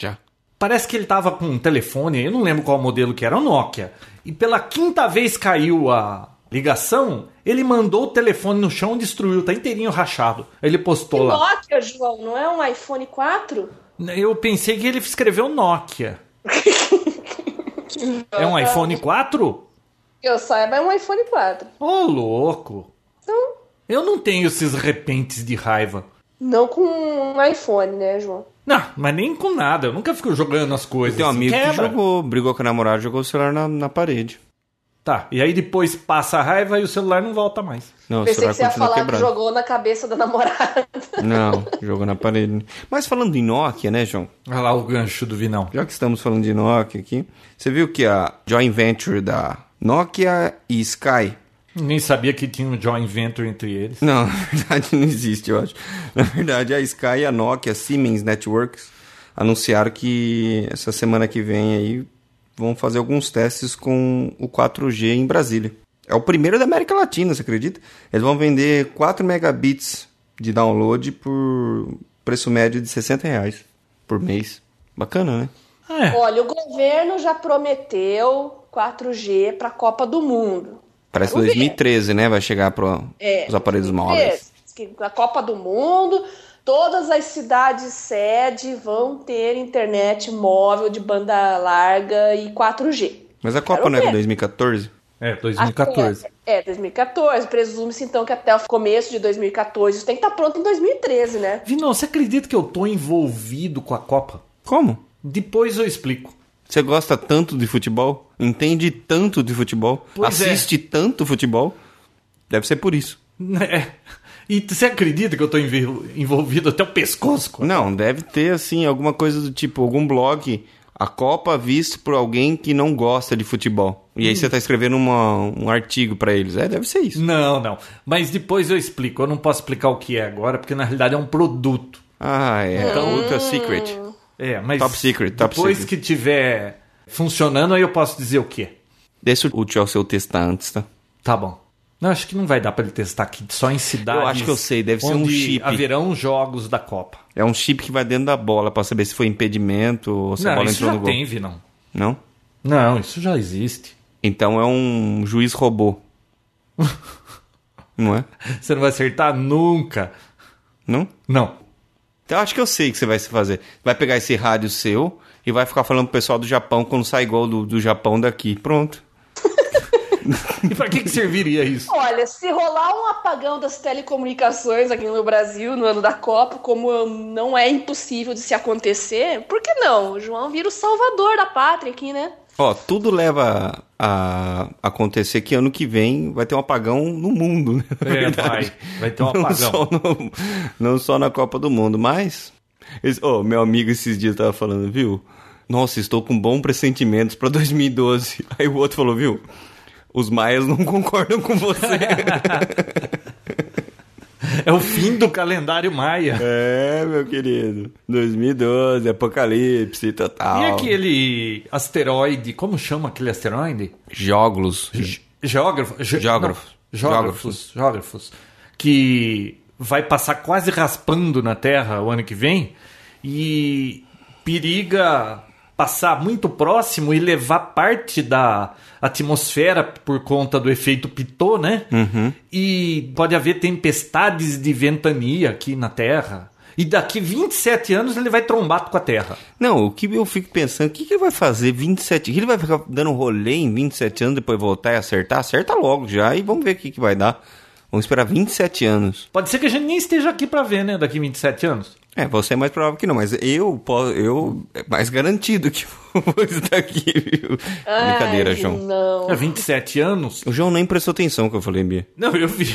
Já.
Parece que ele tava com um telefone, eu não lembro qual modelo que era, o Nokia. E pela quinta vez caiu a ligação, ele mandou o telefone no chão e destruiu, tá inteirinho rachado. Ele postou lá.
Nokia, João, não é um iPhone 4?
Eu pensei que ele escreveu Nokia. é um iPhone 4? Ô,
Que eu saiba, é um iPhone 4.
louco.
Então,
Eu não tenho esses repentes de raiva.
não com um iPhone, né, João?
Não, mas nem com nada. Eu nunca fico jogando as coisas.
Tem um
assim.
amigo que
Quebra.
jogou, brigou com a namorada, jogou o celular na, na parede.
Tá, e aí depois passa a raiva e o celular não volta mais.
Não, o
Pensei
celular
que você ia
continua
falar
quebrado.
que jogou na cabeça da namorada.
Não, jogou na parede. Mas falando em Nokia, né, João?
Olha lá o gancho do Vinão.
Já que estamos falando de Nokia aqui, você viu que a joint venture da Nokia e Sky
Nem sabia que tinha um joint venture entre eles.
Não, na verdade não existe, eu acho. Na verdade, a Sky, a Nokia, a Siemens Networks anunciaram que essa semana que vem aí vão fazer alguns testes com o 4G em Brasília. É o primeiro da América Latina, você acredita? Eles vão vender 4 megabits de download por preço médio de 60 reais por mês. Bacana, né?
É,
Olha, o governo já prometeu 4G pra Copa do Mundo.
Parece
Quero ver.
2013, né? Vai chegar para
É,
os aparelhos móveis.
Diz que Na Copa do Mundo, todas as cidades sede vão ter internet móvel de banda larga e 4G.
Mas a Copa
Quero
não era
ver.
2014?
é 2014.
Até- é, 2014. Presume-se então que até o começo de 2014 isso tem que estar pronto em 2013, né?
Vinão, você acredita que eu tô envolvido com a Copa?
Como?
Depois eu explico.
Você gosta tanto de futebol? Entende tanto de futebol?
Pois é.
assiste tanto futebol? Deve ser por isso.
É. E você acredita que eu tô envi- envolvido até o pescoço? com a-
Não, deve ter, assim, alguma coisa do tipo, algum blog, a Copa visto por alguém que não gosta de futebol. E aí
Hum.
você tá escrevendo uma- um artigo pra eles. É, deve ser isso.
Não, não. Mas depois eu explico. Eu não posso explicar o que é agora, porque na realidade é um produto.
Ah, é. Ultra Secret.
É, mas.
Top secret, top
Depois
secret.
que tiver funcionando, aí eu posso dizer o que é.
Deixa o Chelsea eu testar antes, tá?
Tá bom. Não, acho que não vai dar pra ele testar aqui, só em cidades.
Eu acho que eu sei, deve ser um
onde
chip.
Haverão jogos da Copa.
É um chip que vai dentro da bola pra saber se foi impedimento ou se a
não,
bola
isso
entrou
já
no gol.
tem, Vinão.
Não?
Não, isso já existe.
Então é um juiz robô. não é?
Você não vai acertar nunca.
Não?
Não.
Então eu acho que eu sei o que você vai se fazer. Vai pegar esse rádio seu e vai ficar falando pro pessoal do Japão quando sai gol do, do Japão daqui. Pronto.
E pra que, que serviria isso?
Olha, se rolar um apagão das telecomunicações aqui no Brasil no ano da Copa, como não é impossível de se acontecer, por que não? O João vira o salvador da pátria aqui, né?
Ó, tudo leva a acontecer que ano que vem vai ter um apagão no mundo, né? Na
É,
verdade.
vai. Vai ter um
não
apagão.
Só no- não só na Copa do Mundo, mas. Esse, ô, meu amigo esses dias tava falando, viu? Nossa, estou com bons pressentimentos pra 2012. Aí o outro falou, viu? Os maias não concordam com você.
É o fim do calendário maia.
é, meu querido. 2012, apocalipse total.
E aquele asteroide, como chama aquele asteroide?
Jogos.
Ge- Geógrafo, ge-
Geógrafo.
não, geógrafos, geógrafos, que vai passar quase raspando na Terra o ano que vem e periga passar muito próximo e levar parte da atmosfera por conta do efeito Pitot, né? E pode haver tempestades de ventania aqui na Terra. E daqui 27 anos ele vai trombado com a Terra.
Não, o que eu fico pensando, o que, que ele vai fazer 27? Ele vai ficar dando rolê em 27 anos, depois voltar e acertar? Acerta logo já e vamos ver o que, que vai dar. Vamos esperar 27 anos.
Pode ser que a gente nem esteja aqui para ver, né? Daqui 27 anos.
É, você é mais provável que não, mas eu posso, eu é mais garantido que vou estar aqui, viu?
Ai,
Brincadeira, João.
Não.
É 27 anos?
O João nem prestou atenção que eu falei, Bia.
Não, eu vi.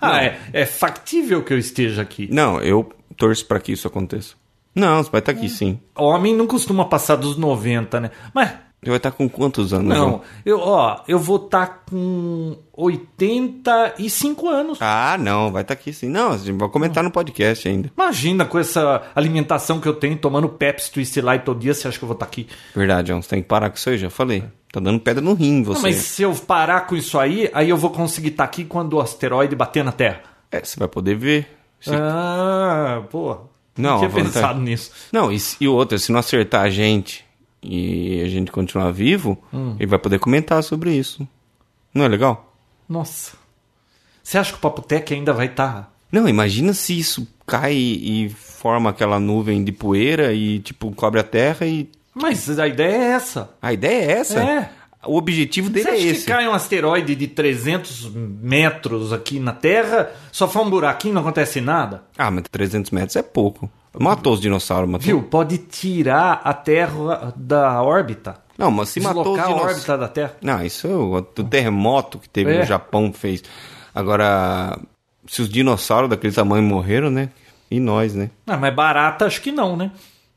ah, é, é factível que eu esteja aqui.
Não, eu torço pra que isso aconteça. Não, você vai estar aqui, sim.
Homem não costuma passar dos 90, né? Mas
Você vai estar com quantos anos, João?
Não, eu, ó, eu vou estar com 85 anos.
Ah, não, vai estar aqui sim. Não, a gente vai comentar no podcast ainda.
Imagina com essa alimentação que eu tenho, tomando Pepsi, Twist Light todo dia, você acha que eu vou estar aqui?
Verdade, João, você tem que parar com isso aí, já falei. Tá dando pedra no rim, você.
Não, mas se eu parar com isso aí, aí eu vou conseguir estar aqui quando o asteroide bater na Terra.
É, você vai poder ver. Se-
Ah, pô.
Não,
tinha
a vantagem-
pensado nisso.
Não, e, se- e outra, se não acertar a gente e a gente continuar vivo,
Hum.
ele vai poder comentar sobre isso. Não é legal?
Nossa. Você acha que o Papo Tech ainda vai tá estar?
Não, imagina se isso cai e forma aquela nuvem de poeira e, tipo, cobre a terra e.
Mas a ideia é essa.
A ideia é essa.
É.
O objetivo dele
Você acha
é
que
esse.
cai um asteroide de 300 metros aqui na Terra, só faz um buraquinho, não acontece nada?
Ah, mas 300 metros é pouco. Matou os dinossauros, matou.
Viu? Pode tirar a Terra da órbita.
Não, mas se matou os
Deslocar a
dinossauros.
órbita da Terra.
Não, isso é o, o terremoto que teve
Ah. É.
no Japão fez. Agora, se os dinossauros daquele tamanho morreram, né? E nós, né?
Não, Ah, mas barata acho que não, né?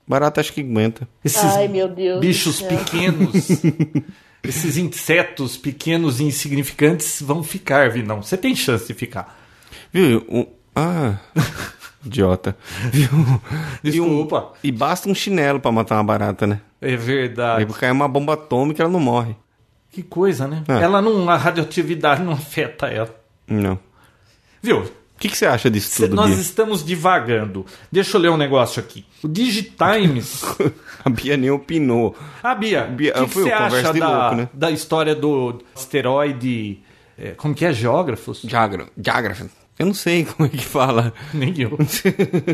Barata acho que aguenta.
Esses
Ai, meu Deus. do
bichos
céu.
pequenos, esses insetos pequenos e insignificantes vão ficar, Vinão. Você tem chance de ficar.
Viu? Um... Ah, idiota. Viu? E, um-
Desculpa.
e basta um chinelo pra matar uma barata, né?
É verdade.
Aí cai uma bomba atômica ela não morre.
Que coisa, né?
É.
Ela não, a radioatividade não afeta ela.
Não.
Viu?
O que, que você acha disso
Cê-
tudo,
nós
Bia?
estamos divagando. Deixa eu ler um negócio aqui. O Digitimes.
A Bia nem opinou.
ah, Bia,
Bia,
o que
foi
você
uma conversa
acha
de
da,
louco, né?
da história do asteroide. é, como que é? Geógrafos?
Jagra. Jagra. Eu não sei como é que fala.
Nem eu.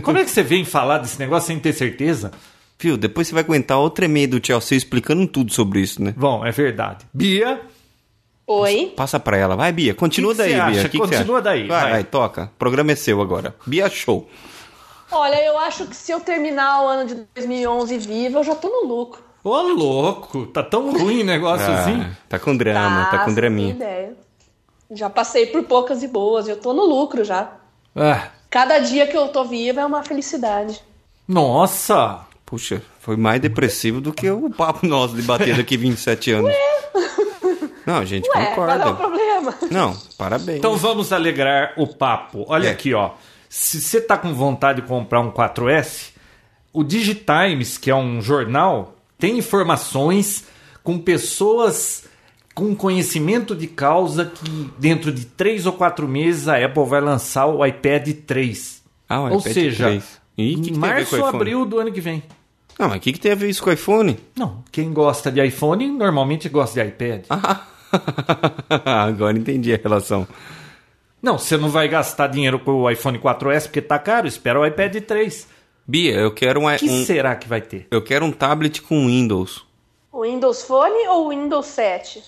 como é que você vem falar desse negócio sem ter certeza?
Viu? Depois você vai aguentar outra e-mail do Chelsea explicando tudo sobre isso, né?
Bom, é verdade. Bia,
Oi?
Passa pra ela. Vai, Bia. Continua
Que que
daí,
você
Bia.
acha?
Que que você
Continua
acha?
daí,
Vai,
vai.
vai. toca. O programa é seu agora. Bia Show.
Olha, eu acho que se eu terminar o ano de 2011 viva, eu já tô no lucro.
ô louco, tá tão ruim o negócio assim.
Ah, tá com drama,
você
tá, com
não tem
draminha.
ideia. Já passei por poucas e boas, eu tô no lucro já.
Ah,
Cada dia que eu tô viva é uma felicidade.
nossa,
Puxa, foi mais depressivo do que o papo nosso de bater daqui 27 anos. Não, a gente
Ué, qual é o
concorda.
problema?
Não, parabéns.
Então vamos alegrar o papo. Olha
É.
aqui, ó. Se você tá com vontade de comprar um 4S, o Digitimes, que é um jornal, tem informações com pessoas com conhecimento de causa que dentro de três ou quatro meses a Apple vai lançar o iPad 3.
Ah, o
ou
iPad
seja,
3. E o que que
em
tem a ver com
março ou
iPhone?
abril do ano que vem.
Não, mas o que, que tem a ver isso com o iPhone?
Não, quem gosta de iPhone normalmente gosta de iPad.
Ah, agora entendi a relação.
Não, você não vai gastar dinheiro com o iPhone 4S porque tá caro, espera o iPad 3.
Bia, eu quero um, i-
que
um-
será que vai ter?
eu quero um tablet com Windows.
O Windows Phone ou o Windows 7?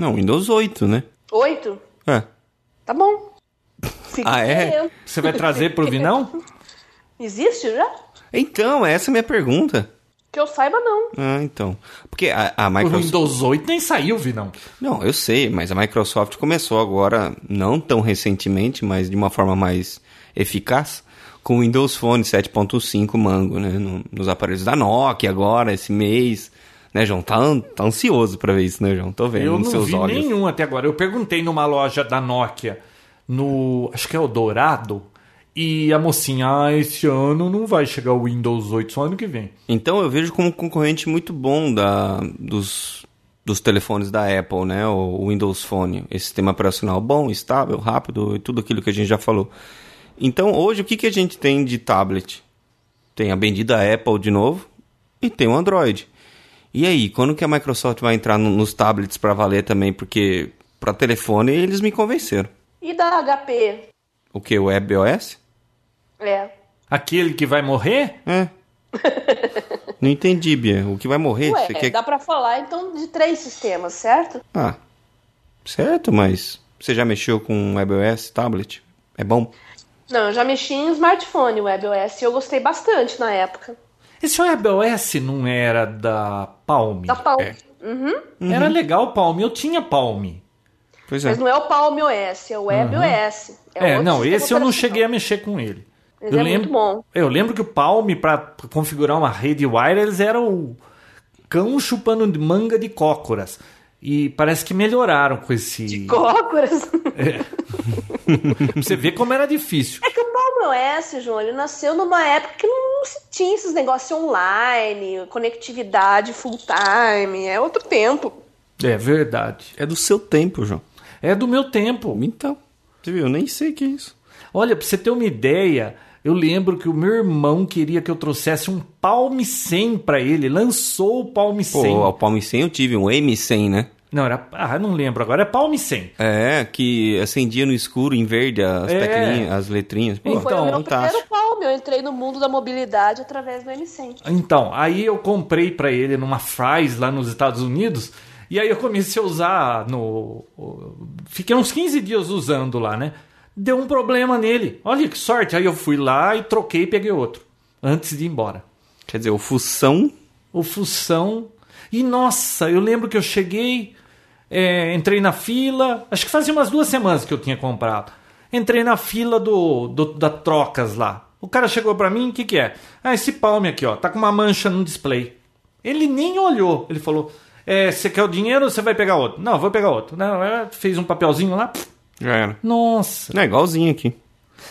Não, Windows 8, né?
8?
É.
Tá bom. Fica
Ah, é?
querendo.
Você vai trazer pro Vinão?
Existe já?
Então, essa é a minha pergunta.
Que eu saiba, não.
Ah, então. Porque a, a
O
Microsoft.
Windows 8 nem saiu, Vinão.
Não, eu sei, mas a Microsoft começou agora, não tão recentemente, mas de uma forma mais eficaz, com o Windows Phone 7.5 Mango, né? no- nos aparelhos da Nokia agora, esse mês. Né, João? Tá, an- tá ansioso pra ver isso, né, João? Tô vendo
Eu
nos
não
seus
vi
olhos.
nenhum até agora. Eu perguntei numa loja da Nokia, no. acho que é o Dourado, e a mocinha, ah, esse ano não vai chegar o Windows 8, só ano que vem.
Então eu vejo como um concorrente muito bom da, dos, dos telefones da Apple, né? O Windows Phone. Esse sistema operacional bom, estável, rápido e tudo aquilo que a gente já falou. Então hoje o que, que a gente tem de tablet? Tem a bendita Apple de novo e tem o Android. E aí, quando que a Microsoft vai entrar no- nos tablets para valer também? Porque para telefone eles me convenceram.
E da HP?
O que? O WebOS?
É.
Aquele que vai morrer?
É. Não entendi, Bia. O que vai morrer?
Ué,
Você quer-
dá pra falar então de três sistemas, certo?
Ah, certo, mas Você já mexeu com WebOS, tablet? É bom?
Não, eu já mexi em smartphone, WebOS, e eu gostei bastante na época.
Esse é WebOS não era da Palm?
Da Palm.
É.
Uhum.
Era legal Palm, eu tinha Palm.
Pois é.
Mas não é o Palm OS, é o WebOS.
É,
outro
não,
sistema
esse eu não
operacional.
cheguei a mexer com ele.
Mas
eu
é
lembro,
muito bom.
Eu lembro que o Palm, para configurar uma rede wireless, era o cão chupando de manga de cócoras. E parece que melhoraram com esse.
Cócoras.
Pra você ver como era difícil.
É que o Palm OS, João, ele nasceu numa época que não se tinha esses negócios online, conectividade full time, é outro tempo.
É verdade.
É do seu tempo, João.
É do meu tempo.
Então, você viu? Eu nem sei o que é isso.
Olha, pra você ter uma ideia, eu lembro que o meu irmão queria que eu trouxesse um Palm 100 pra ele. Lançou o Palm 100.
Pô, o Palm 100 eu tive, um M100, né?
Não, era. Ah, não lembro agora. É Palm 100.
É, que acendia no escuro, em verde, as
É.
teclinhas, as letrinhas. Pô,
Foi o meu
Então,
primeiro
fantástico.
Palm, eu entrei no mundo da mobilidade através do M100.
Então, aí eu comprei pra ele numa Fry's lá nos Estados Unidos. E aí eu comecei a usar no. Fiquei uns 15 dias usando lá, né? Deu um problema nele. Olha que sorte. Aí eu fui lá e troquei e peguei outro. Antes de ir embora.
Quer dizer, o Fução
O Fução. E nossa, eu lembro que eu cheguei, é, entrei na fila. Acho que fazia umas duas semanas que eu tinha comprado. Entrei na fila do, do- da Trocas lá. O cara chegou pra mim, o que, que é? Ah, esse palme aqui, ó, tá com uma mancha no display. Ele nem olhou. Ele falou: é, Você quer o dinheiro ou você vai pegar outro? Não, vou pegar outro. Não, ela fez um papelzinho lá. pff,
já era.
Nossa.
É igualzinho aqui.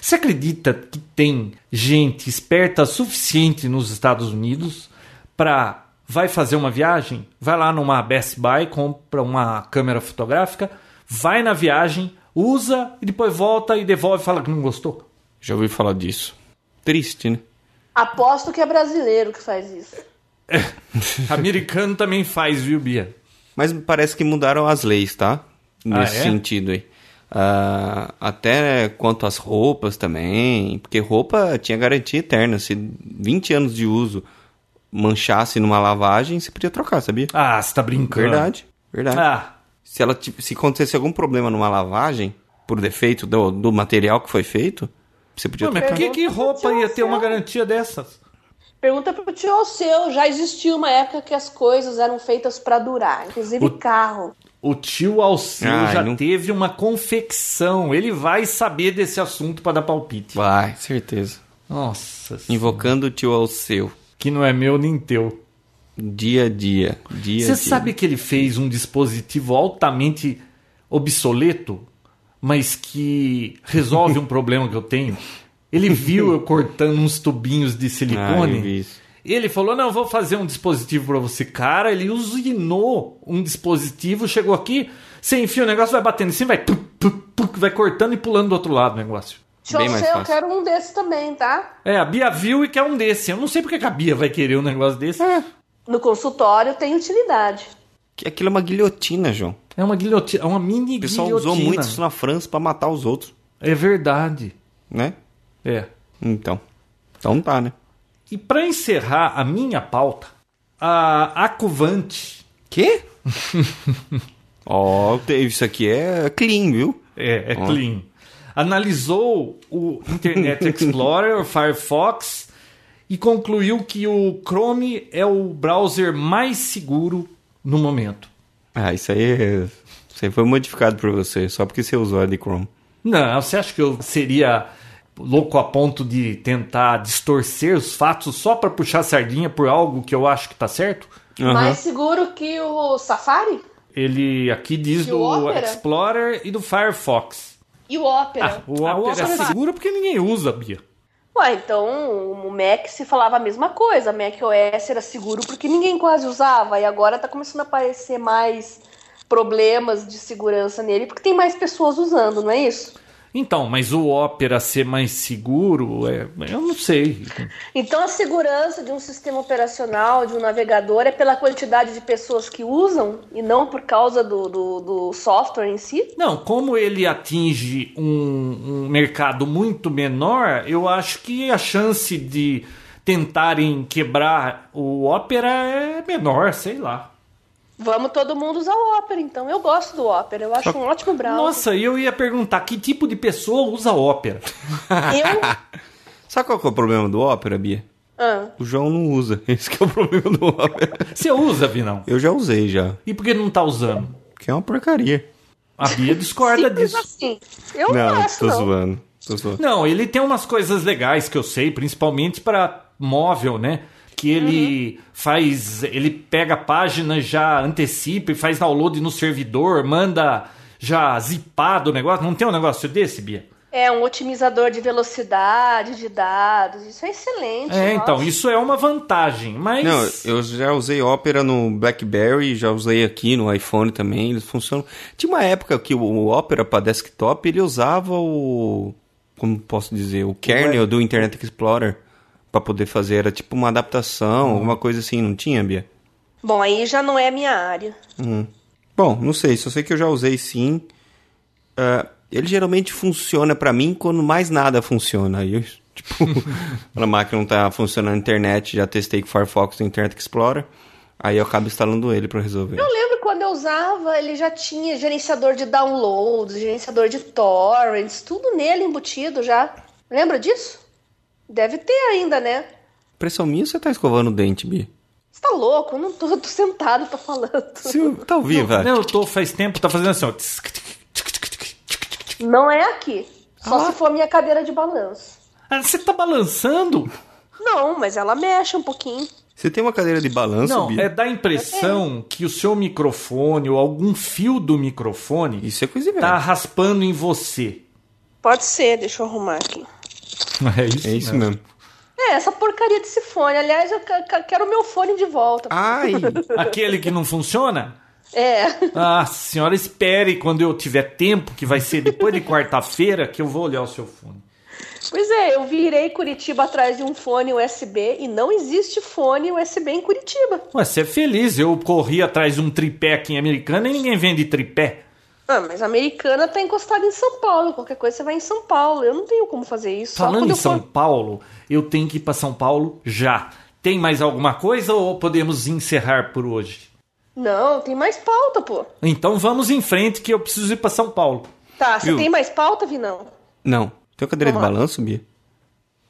Você acredita que tem gente esperta suficiente nos Estados Unidos para vai fazer uma viagem, vai lá numa Best Buy, compra uma câmera fotográfica, vai na viagem, usa e depois volta e devolve e fala que não gostou?
Já ouvi falar disso. Triste, né?
Aposto que é brasileiro que faz isso.
Americano também faz, viu, Bia?
Mas parece que mudaram as leis, tá? Nesse
Ah, é?
sentido aí. Ah, até quanto às roupas também, porque roupa tinha garantia eterna. Se 20 anos de uso manchasse numa lavagem, você podia trocar, sabia?
Ah, você tá brincando.
Verdade, é. verdade.
Ah,
Se, ela, ti- se acontecesse algum problema numa lavagem, por defeito do, do material que foi feito, você podia
Pô, mas
trocar.
por que, que roupa ia ter uma garantia dessas?
Pergunta pro tio seu, já existiu uma época que as coisas eram feitas pra durar, inclusive
O-
carro.
O tio Alceu
Ai,
já
não-
teve uma confecção. Ele vai saber desse assunto para dar palpite.
Vai, certeza.
Nossa.
Invocando o tio Alceu.
que não é meu nem teu.
Dia a dia. Dia a
Você
dia.
sabe que ele fez um dispositivo altamente obsoleto, mas que resolve um problema que eu tenho? Ele viu eu cortando uns tubinhos de
Ah, eu vi
silicone.
isso.
ele falou: Não, eu vou fazer um dispositivo pra você. Cara, ele usinou um dispositivo, chegou aqui, você enfia o negócio, vai batendo assim, vai, tuc, tuc, tuc, vai cortando e pulando do outro lado o negócio.
Tio
Bem mais
seu, eu
fácil.
quero um desses também, tá?
É, a Bia viu e quer um desse. Eu não sei porque que a Bia vai querer um negócio desse.
No consultório tem utilidade.
Que Aquilo é uma guilhotina, João.
É uma guilhotina, é uma mini
O pessoal
guilhotina.
usou muito isso na França pra matar os outros,
É verdade.
né?
É.
Então. Então tá, né?
E para encerrar a minha pauta, a Acuvante.
Quê? Ó, te- isso aqui é clean, viu?
É, é clean. Analisou o Internet Explorer, o Firefox, e concluiu que o Chrome é o browser mais seguro no momento.
Ah, isso aí, é- isso aí foi modificado por você, só porque você usou a de Chrome.
Não, você acha que eu seria louco a ponto de tentar distorcer os fatos só para puxar sardinha por algo que eu acho que tá certo?
Aham.
Mais seguro que o Safari
Ele aqui diz
E o
do
Opera?
Explorer e do Firefox.
e o Opera.
Ah, o Opera é seguro porque ninguém usa, Bia.
Ué, então o Mac se falava a mesma coisa. Mac OS era seguro porque ninguém quase usava. E agora tá começando a aparecer mais problemas de segurança nele porque tem mais pessoas usando, não é isso?
Então, mas o Opera ser mais seguro, é, eu não sei.
Então a segurança de um sistema operacional, de um navegador, é pela quantidade de pessoas que usam e não por causa do, do, do software em si?
Não, como ele atinge um, um mercado muito menor, eu acho que a chance de tentarem quebrar o Opera é menor, sei lá.
Vamos todo mundo usar o Opera, então. Eu gosto do Opera, eu acho um ótimo browser.
Nossa, e eu ia perguntar que tipo de pessoa usa Opera?
Eu.
Sabe qual que é o problema do Opera, Bia?
Ah,
O João não usa. Esse que é o problema do Opera.
Você usa, Vinão?
Eu já usei já.
E por que não tá usando?
Que é uma porcaria.
A Bia discorda
simples
disso.
assim. Eu
não,
não gosto,
tô
não.
zoando. Tô zoando.
Não, ele tem umas coisas legais que eu sei, principalmente para móvel, né? Que ele faz, ele pega a página, já antecipa e faz download no servidor, manda já zipado o negócio. Não tem um negócio desse, Bia?
É um otimizador de velocidade, de dados. Isso é excelente.
É, então,
nossa.
isso é uma vantagem, mas.
Não, eu já usei Opera no BlackBerry, já usei aqui no iPhone também, eles funcionam. Tinha uma época que o- o Opera para desktop, ele usava o como posso dizer, o kernel do Internet Explorer para poder fazer, era tipo uma adaptação, alguma coisa assim, não tinha, Bia?
Bom, aí já não é minha área.
Hum. Bom, não sei, só sei que eu já usei sim. Ah, ele geralmente funciona pra mim quando mais nada funciona. Aí, eu, tipo, quando a máquina não tá funcionando a internet, já testei com o Firefox e o Internet Explorer. Aí eu acabo instalando ele pra resolver.
Eu lembro quando eu usava, ele já tinha gerenciador de downloads, gerenciador de torrents, tudo nele embutido já. Lembra disso? Deve ter ainda, né?
Pressão minha ou você tá escovando o dente, Bi?
Você tá louco? Eu não tô, eu tô sentado, tô falando.
Se eu- tá ouvindo,
Não,
velho.
eu tô faz tempo, tá fazendo assim, ó. tsk, tsk.
Não é aqui. Só
Ah.
se for minha cadeira de balanço.
Ah, Você tá balançando?
Não, mas ela mexe um pouquinho.
Você tem uma cadeira de balanço,
Não,
Bi?
é da impressão que o seu microfone ou algum fio do microfone
Isso é coisa velha.
tá raspando em você.
Pode ser, deixa eu arrumar aqui.
É isso,
É isso mesmo.
É, essa porcaria desse fone. Aliás, eu ca- ca- quero o meu fone de volta.
Ai!
Aquele que não funciona?
É.
Ah, senhora, espere quando eu tiver tempo, que vai ser depois de quarta-feira, que eu vou olhar o seu fone.
Pois é, eu virei Curitiba atrás de um fone USB e não existe fone USB em Curitiba.
Ué, você é feliz. Eu corri atrás de um tripé aqui em Americana e ninguém vende tripé.
Ah, mas a americana tá encostada em São Paulo. Qualquer coisa você vai em São Paulo. Eu não tenho como fazer isso. só
Falando
quando
em
eu
São
for...
Paulo, eu tenho que ir pra São Paulo já. Tem mais alguma coisa ou podemos encerrar por hoje?
Não, tem mais pauta, pô.
Então vamos em frente que eu preciso ir pra São Paulo.
Tá, você
Viu?
tem mais pauta, Vinão?
Não. Tem uma cadeira de
Vamos lá.
balanço, Bi?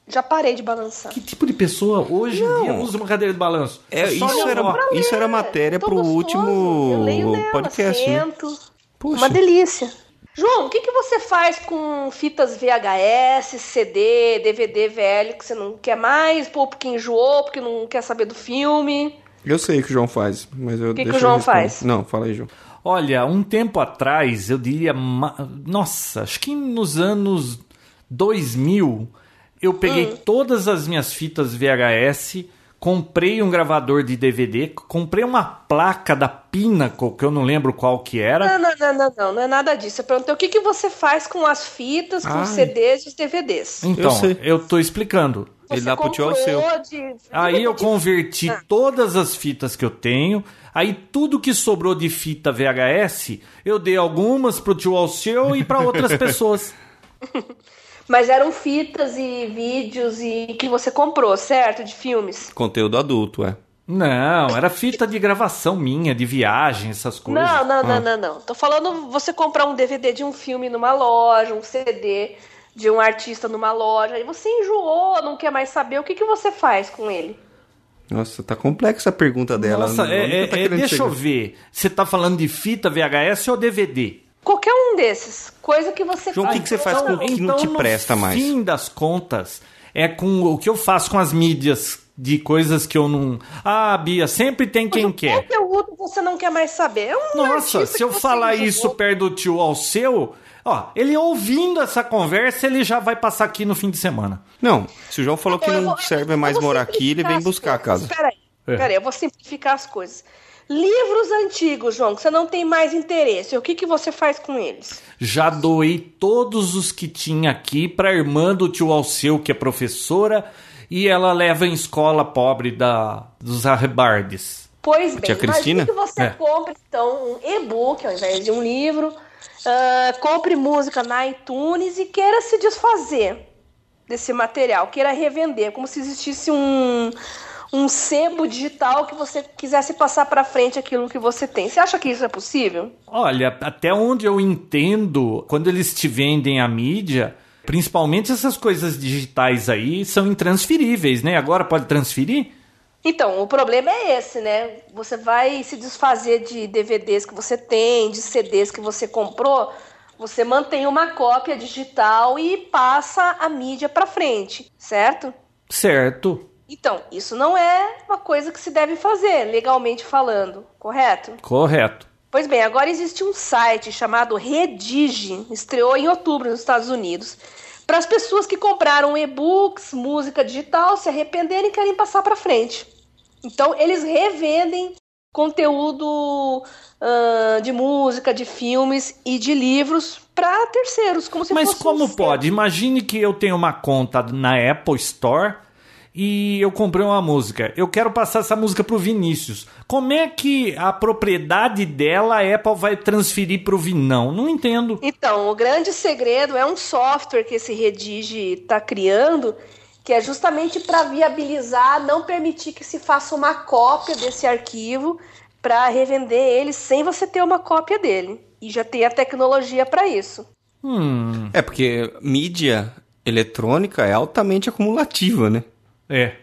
Já parei de balançar.
Que tipo de pessoa hoje em dia usa uma cadeira de balanço?
É,
só
isso
minha
era-
avó.
Pra
Isso
ler.
era matéria
Tô
pro
gostoso.
último
Eu leio nela,
podcast, né?
sento.
Poxa.
Uma delícia. João, o que, que você faz com fitas VHS, CD, DVD velho que você não quer mais, pô, porque enjoou, porque não quer saber do filme?
Eu sei o que o João faz, mas eu
Que que
deixo
o João
ele responder.
faz?
Não, fala aí, João.
Olha, um tempo atrás, eu diria. ma- Nossa, acho que nos anos 2000, eu peguei todas as minhas fitas VHS, comprei um gravador de DVD, comprei uma placa da Pinnacle, que eu não lembro qual que era.
Não, não, não, não, não, não é nada disso. Eu perguntei o que, que você faz com as fitas, com
Ai.
os CDs e os DVDs.
Então,
sei.
eu, tô explicando.
Ele
Você
dá pro tio ao seu.
comprou de-
Aí eu
de-
converti todas as fitas que eu tenho. Aí tudo que sobrou de fita VHS, eu dei algumas pro tio Alceu e para outras pessoas.
Mas eram fitas e vídeos e que você comprou, certo? De filmes.
Conteúdo adulto, é.
Não, era fita de gravação minha, de viagem, essas coisas.
Não, não,
Ah.
não, não, não. Tô falando você comprar um DVD de um filme numa loja, um CD de um artista numa loja, e você enjoou, não quer mais saber, o que, que você faz com ele?
Nossa, tá complexa a pergunta dela.
Nossa,
não-
é-
nunca
é-
tá
é,
querendo
deixa eu
chegar.
ver. Você tá falando de fita VHS ou DVD?
Qualquer um desses. Coisa que você
João, o que que você faz com o
não,
que não te presta
Então, no
mais.
fim das contas, é com o que eu faço com as mídias de coisas que eu não. Ah, Bia, sempre tem quem
Qual
quer.
conteúdo você não quer mais saber? É um
Nossa,
artista
se
que
eu
você
falar
enjoou.
isso perto do tio Alceu, ó, ele ouvindo essa conversa, ele já vai passar aqui no fim de semana.
Não, se o João falou que
Bom, Então, eu
não
vou-
serve
eu
mais
vou
morar aqui, ele
simplificar
vem
as
buscar a
coisas.
casa.
Peraí,
É.
peraí, eu vou simplificar as coisas. Livros antigos, João, que você não tem mais interesse. O que, que você faz com eles?
Já doei todos os que tinha aqui para irmã do tio Alceu, que é professora, e ela leva em escola pobre da dos arrebardes.
Pois bem,
Tia Cristina?
imagine que você
É.
compre então um e-book ao invés de um livro, ah, compre música na iTunes e queira se desfazer desse material, queira revender, como se existisse um, um sebo digital que você quisesse passar para frente aquilo que você tem. Você acha que isso é possível?
Olha, até onde eu entendo, quando eles te vendem a mídia, principalmente essas coisas digitais aí, são intransferíveis, né? Agora pode transferir?
Então, o problema é esse, né? Você vai se desfazer de DVDs que você tem, de CDs que você comprou, você mantém uma cópia digital e passa a mídia para frente, certo?
Certo.
Então, isso não é uma coisa que se deve fazer, legalmente falando, correto?
Correto.
Pois bem, agora existe um site chamado Redige, estreou em outubro nos Estados Unidos, para as pessoas que compraram e-books, música digital, se arrependerem e querem passar para frente. Então, eles revendem conteúdo uh, de música, de filmes e de livros para terceiros, como se
Mas
fosse
como
um
pode? Imagine que eu tenho uma conta na Apple Store e eu comprei uma música. Eu quero passar essa música pro Vinícius. Como é que a propriedade dela a Apple vai transferir pro Vinão? Não entendo.
Então, o grande segredo é um software que esse Redige está criando, que é justamente para viabilizar, não permitir que se faça uma cópia desse arquivo para revender ele sem você ter uma cópia dele. E já tem a tecnologia para isso.
Hum,
É porque mídia eletrônica é altamente acumulativa, né?
é.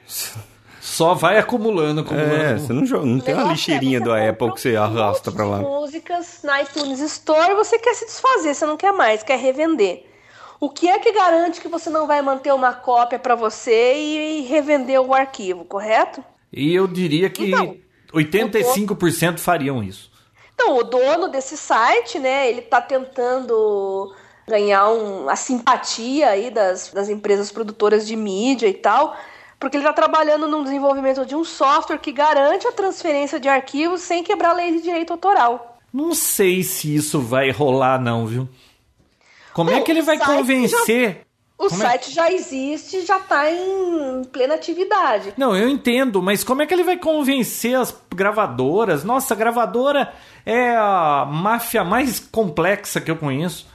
Só vai acumulando,
É,
acumulando.
você não, joga, não tem uma
Legal,
lixeirinha
você
da
compra
Apple que você
um
arrasta
monte
pra
de
lá.
Músicas na iTunes Store, você quer se desfazer, você não quer mais, quer revender. O que é que garante que você não vai manter uma cópia para você e revender o arquivo, correto?
E eu diria que
Então,
85% fariam isso.
Então, o dono desse site, né, ele tá tentando ganhar um- a simpatia aí das, das empresas produtoras de mídia e tal, porque ele tá trabalhando no desenvolvimento de um software que garante a transferência de arquivos sem quebrar a lei de direito autoral.
Não sei se isso vai rolar, não, viu? Como é
Não,
que ele vai
site já-
convencer?
O
Como é?
site já existe, já tá em plena atividade.
Não, eu entendo, mas como é que ele vai convencer as gravadoras? Nossa, a gravadora é a máfia mais complexa que eu conheço.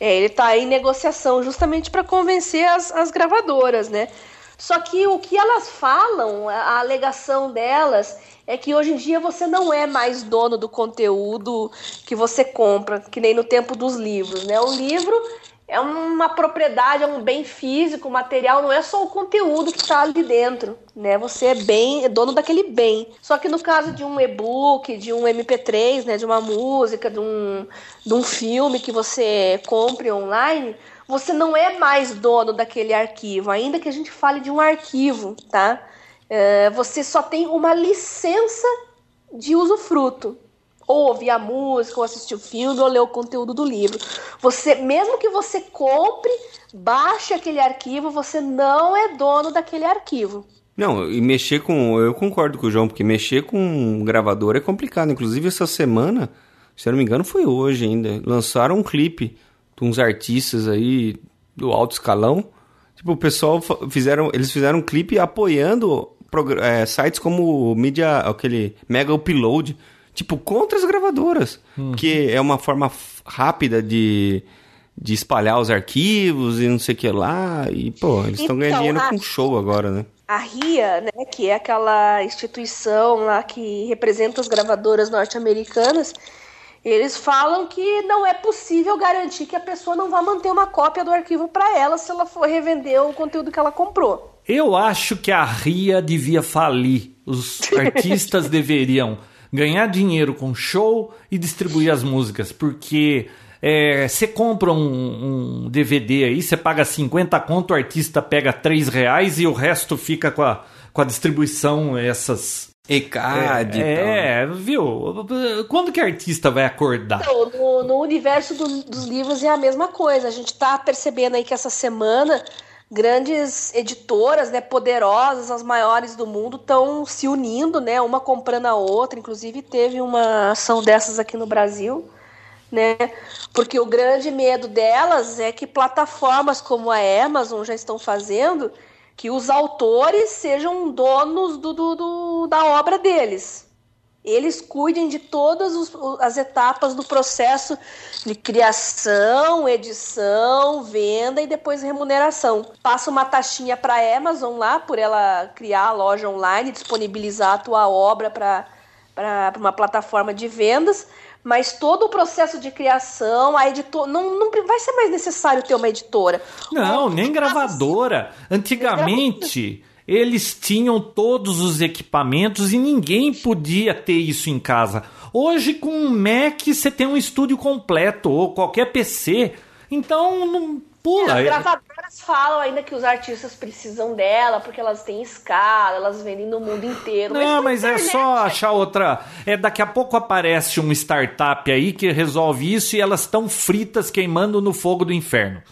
É, ele tá em negociação justamente para convencer as, as gravadoras, né? Só que o que elas falam, a- a alegação delas, é que hoje em dia você não é mais dono do conteúdo que você compra, que nem no tempo dos livros, né? O livro é uma propriedade, é um bem físico, material, não é só o conteúdo que está ali dentro, né? Você é bem, é dono daquele bem. Só que no caso de um e-book, de um MP3, né, de uma música, de um, de um filme que você compre online, você não é mais dono daquele arquivo, ainda que a gente fale de um arquivo, tá? É, você só tem uma licença de usufruto. Ou ouvir a música, ou assistir o filme, ou ler o conteúdo do livro. Você, mesmo que você compre, baixe aquele arquivo, você não é dono daquele arquivo.
Não, e mexer com. Eu concordo com o João, porque mexer com um gravador é complicado. Inclusive, essa semana, se eu não me engano, foi hoje ainda. Lançaram um clipe de uns artistas aí do alto escalão. Tipo, o pessoal fa- fizeram. Eles fizeram um clipe apoiando progr- eh, sites como o Media, aquele Mega Upload. Tipo, contra as gravadoras. Porque é uma forma f- rápida de. De espalhar os arquivos e não sei o que lá. E, pô, eles estão ganhando
Então,
dinheiro
a-
com show agora, né?
A RIA, né, que é aquela instituição lá que representa as gravadoras norte-americanas, eles falam que não é possível garantir que a pessoa não vá manter uma cópia do arquivo para ela se ela for revender o conteúdo que ela comprou.
Eu acho que a RIA devia falir. Os artistas deveriam ganhar dinheiro com show e distribuir as músicas, porque é, você compra um, um DVD aí, você paga 50 conto, o artista pega 3 reais e o resto fica com a, com a distribuição, essas...
ECAD e tal. né?
é, viu? Quando que artista vai acordar?
Então, no, no universo do- dos livros é a mesma coisa. A gente está percebendo aí que essa semana grandes editoras, né, poderosas, as maiores do mundo, estão se unindo, né, uma comprando a outra. Inclusive teve uma ação dessas aqui no Brasil, né? Porque o grande medo delas é que plataformas como a Amazon já estão fazendo que os autores sejam donos do, do- do- da obra deles. eles cuidem de todas os- o- as etapas do processo de criação, edição, venda e depois remuneração. Passa uma taxinha para a Amazon lá, por ela criar a loja online, disponibilizar a tua obra para uma plataforma de vendas, mas todo o processo de criação, a editora. Não, não vai ser mais necessário ter uma editora.
Não,
Ou-
nem gravadora. Antigamente, eles tinham todos os equipamentos e ninguém podia ter isso em casa. Hoje, com um Mac, você tem um estúdio completo ou qualquer PC. Então, não pula.
As gravadoras falam ainda que os artistas precisam dela, porque elas têm escala, elas vendem no mundo inteiro.
Não,
na
mas é
internet,
só achar outra. É daqui a pouco aparece uma startup aí que resolve isso e elas estão fritas queimando no fogo do inferno.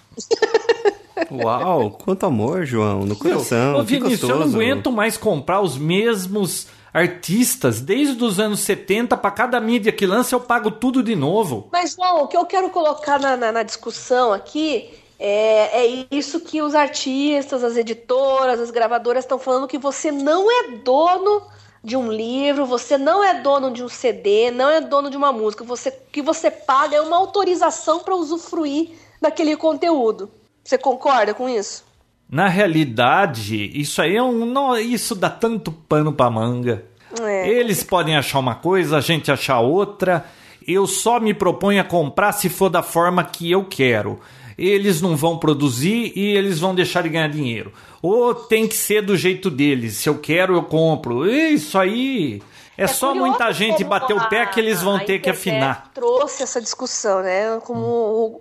Uau, quanto amor, João, no coração.
Ô,
que
Vinícius, eu não
gostoso.
aguento mais comprar os mesmos artistas desde os anos 70 para cada mídia que lança eu pago tudo de novo.
Mas, João, o que eu quero colocar na, na- na discussão aqui é, é isso que os artistas, as editoras, as gravadoras estão falando que você não é dono de um livro, você não é dono de um CD, não é dono de uma música. Você, o que você paga é uma autorização para usufruir daquele conteúdo. Você concorda com isso?
Na realidade, isso aí é um nó- isso dá tanto pano pra manga.
É.
Eles podem achar uma coisa, a gente achar outra. Eu só me proponho a comprar se for da forma que eu quero. Eles não vão produzir e eles vão deixar de ganhar dinheiro. Ou tem que ser do jeito deles. Se eu quero, eu compro. Isso aí é,
É
só
curioso
muita gente
como
bater o pé
a-
que eles vão
a
ter que
internet
afinar.
Trouxe essa discussão, né? Como o,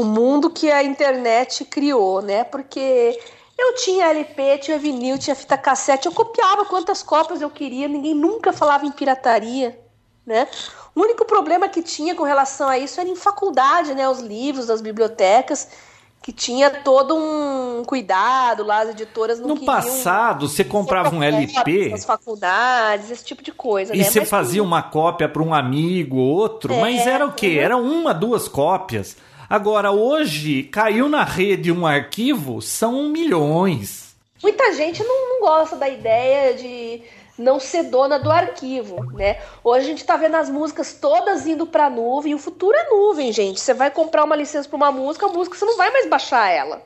o mundo que a internet criou, né? Porque eu tinha LP, tinha vinil, tinha fita cassete, eu copiava quantas cópias eu queria, ninguém nunca falava em pirataria, né? O único problema que tinha com relação a isso era em faculdade, né? Os livros, as bibliotecas, que tinha todo um cuidado lá, as editoras não um
No
queriam-
passado, você comprava um LP
As faculdades, esse tipo de coisa,
E
né?
você
Mas
fazia uma cópia para um amigo, outro,
É,
mas era o quê? Era uma, duas cópias. Agora, hoje, caiu na rede um arquivo, são milhões.
Muita gente não, não gosta da ideia de não ser dona do arquivo, né? Hoje a gente tá vendo as músicas todas indo pra nuvem, o futuro é nuvem, gente. Você vai comprar uma licença pra uma música, a música você não vai mais baixar ela.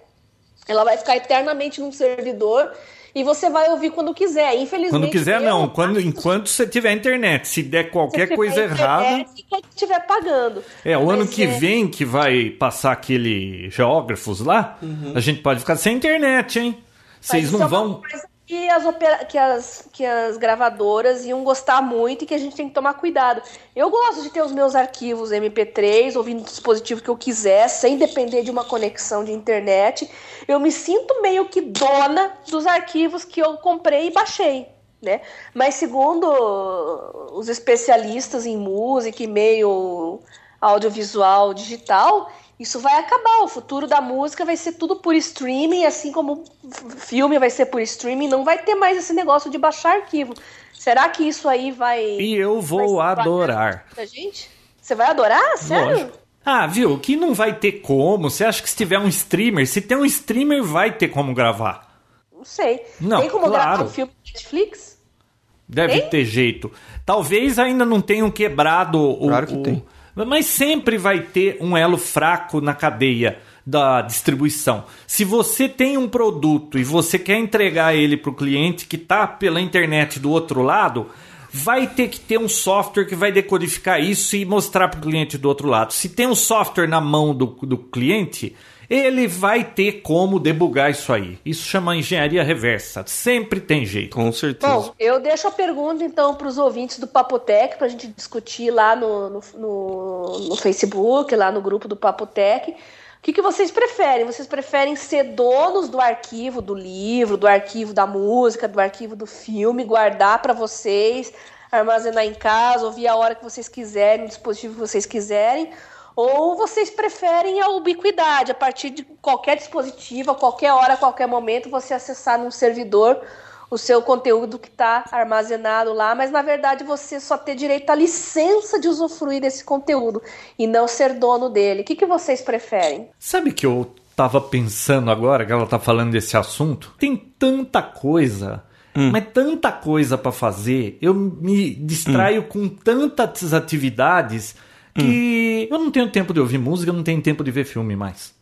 Ela vai ficar eternamente num servidor e você vai ouvir quando quiser. Infelizmente.
Quando quiser,
eu
não. Quando,
acho que
enquanto você tiver internet. Se der
você
qualquer
tiver
coisa
internet,
errada.
Quem estiver pagando.
É, o ano
Mas
que
é-
vem que vai passar aquele geógrafos lá, a gente pode ficar sem internet, hein? Vocês
Mas
não
isso é uma
vão.
coisa Que as, opera- que, as, que as gravadoras iam gostar muito e que a gente tem que tomar cuidado. Eu gosto de ter os meus arquivos MP3, ouvindo o dispositivo que eu quiser, sem depender de uma conexão de internet. Eu me sinto meio que dona dos arquivos que eu comprei e baixei. Né? Mas segundo os especialistas em música e meio audiovisual digital, isso vai acabar. O futuro da música vai ser tudo por streaming, assim como f- filme vai ser por streaming. Não vai ter mais esse negócio de baixar arquivo. Será que isso aí vai.
E eu vou
vai salvar
adorar.
muita gente? Você vai adorar? Sério?
Lógico. Ah, viu? Que não vai ter como. Você acha que se tiver um streamer, se tem um streamer, vai ter como gravar.
Não sei.
Não,
Tem como gravar
claro.
um filme na Netflix?
Deve ter jeito. Talvez ainda não tenham quebrado o.
Claro que
o-
tem.
Mas sempre vai ter um elo fraco na cadeia da distribuição. Se você tem um produto e você quer entregar ele para o cliente que está pela internet do outro lado, vai ter que ter um software que vai decodificar isso e mostrar para o cliente do outro lado. Se tem um software na mão do, do cliente, ele vai ter como debugar isso aí. Isso chama engenharia reversa. Sempre tem jeito.
Com certeza.
Bom, eu deixo a pergunta então para os ouvintes do Papotec para a gente discutir lá no, no, no- no Facebook, lá no grupo do Papotec. O que, que vocês preferem? Vocês preferem ser donos do arquivo do livro, do arquivo da música, do arquivo do filme, guardar para vocês, armazenar em casa, ouvir a hora que vocês quiserem, o dispositivo que vocês quiserem? Ou vocês preferem a ubiquidade, a partir de qualquer dispositivo, a qualquer hora, a qualquer momento, você acessar num servidor o seu conteúdo que está armazenado lá, mas na verdade você só ter direito à licença de usufruir desse conteúdo e não ser dono dele. O que, que vocês preferem?
Sabe que eu tava pensando agora que ela tá falando desse assunto? Tem tanta coisa Mas tanta coisa para fazer, eu me distraio com tantas atividades que eu não tenho tempo de ouvir música, eu não tenho tempo de ver filme mais.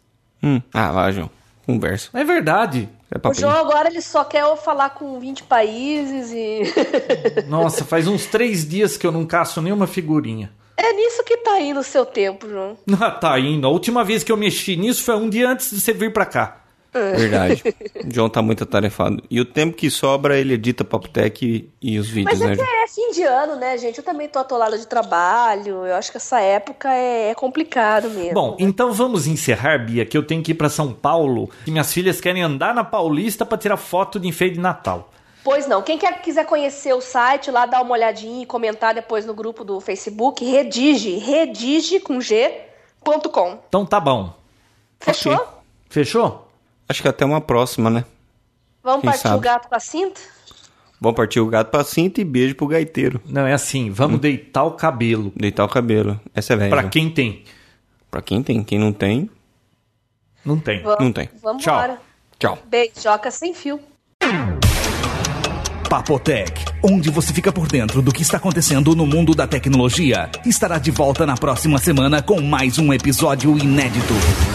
Hum. Ah, lá, João. Conversa.
É verdade.
É
O João
papinho.
agora ele só quer falar com 20 países e.
Nossa, faz uns três dias que eu não caço nenhuma figurinha.
é nisso que tá indo o seu tempo, João.
Ah, tá indo. A última vez que eu mexi nisso foi um dia antes de você vir pra cá.
Verdade. O João tá muito atarefado. E o tempo que sobra, ele edita Papotec e, e os vídeos,
Mas
né,
é que
João?
é fim de ano, né, gente? Eu também tô atolada de trabalho. Eu acho que essa época é, é complicado mesmo.
Bom, então vamos encerrar, Bia, que eu tenho que ir pra São Paulo e minhas filhas querem andar na Paulista pra tirar foto de enfeite de Natal.
Pois não. Quem quer, quiser conhecer o site lá, dar uma olhadinha e comentar depois no grupo do Facebook, redige, redige com G, ponto com.
Então tá bom.
Fechou?
Ok.
Fechou?
Acho que até uma próxima, né?
Vamos
Quem
partir o
sabe?
gato com a cinta?
Vamos partir o gato pra cinta e beijo pro gaiteiro.
Não, é assim, vamos deitar o cabelo.
Deitar o cabelo. Essa Hum. é velha.
Pra
João.
quem tem.
Pra quem tem. Quem não tem,
Não tem.
Vamos,
Não tem.
Vamos
Tchau.
embora.
tchau.
Beijoca sem fio.
Papotec, onde você fica por dentro do que está acontecendo no mundo da tecnologia, estará de volta na próxima semana com mais um episódio inédito.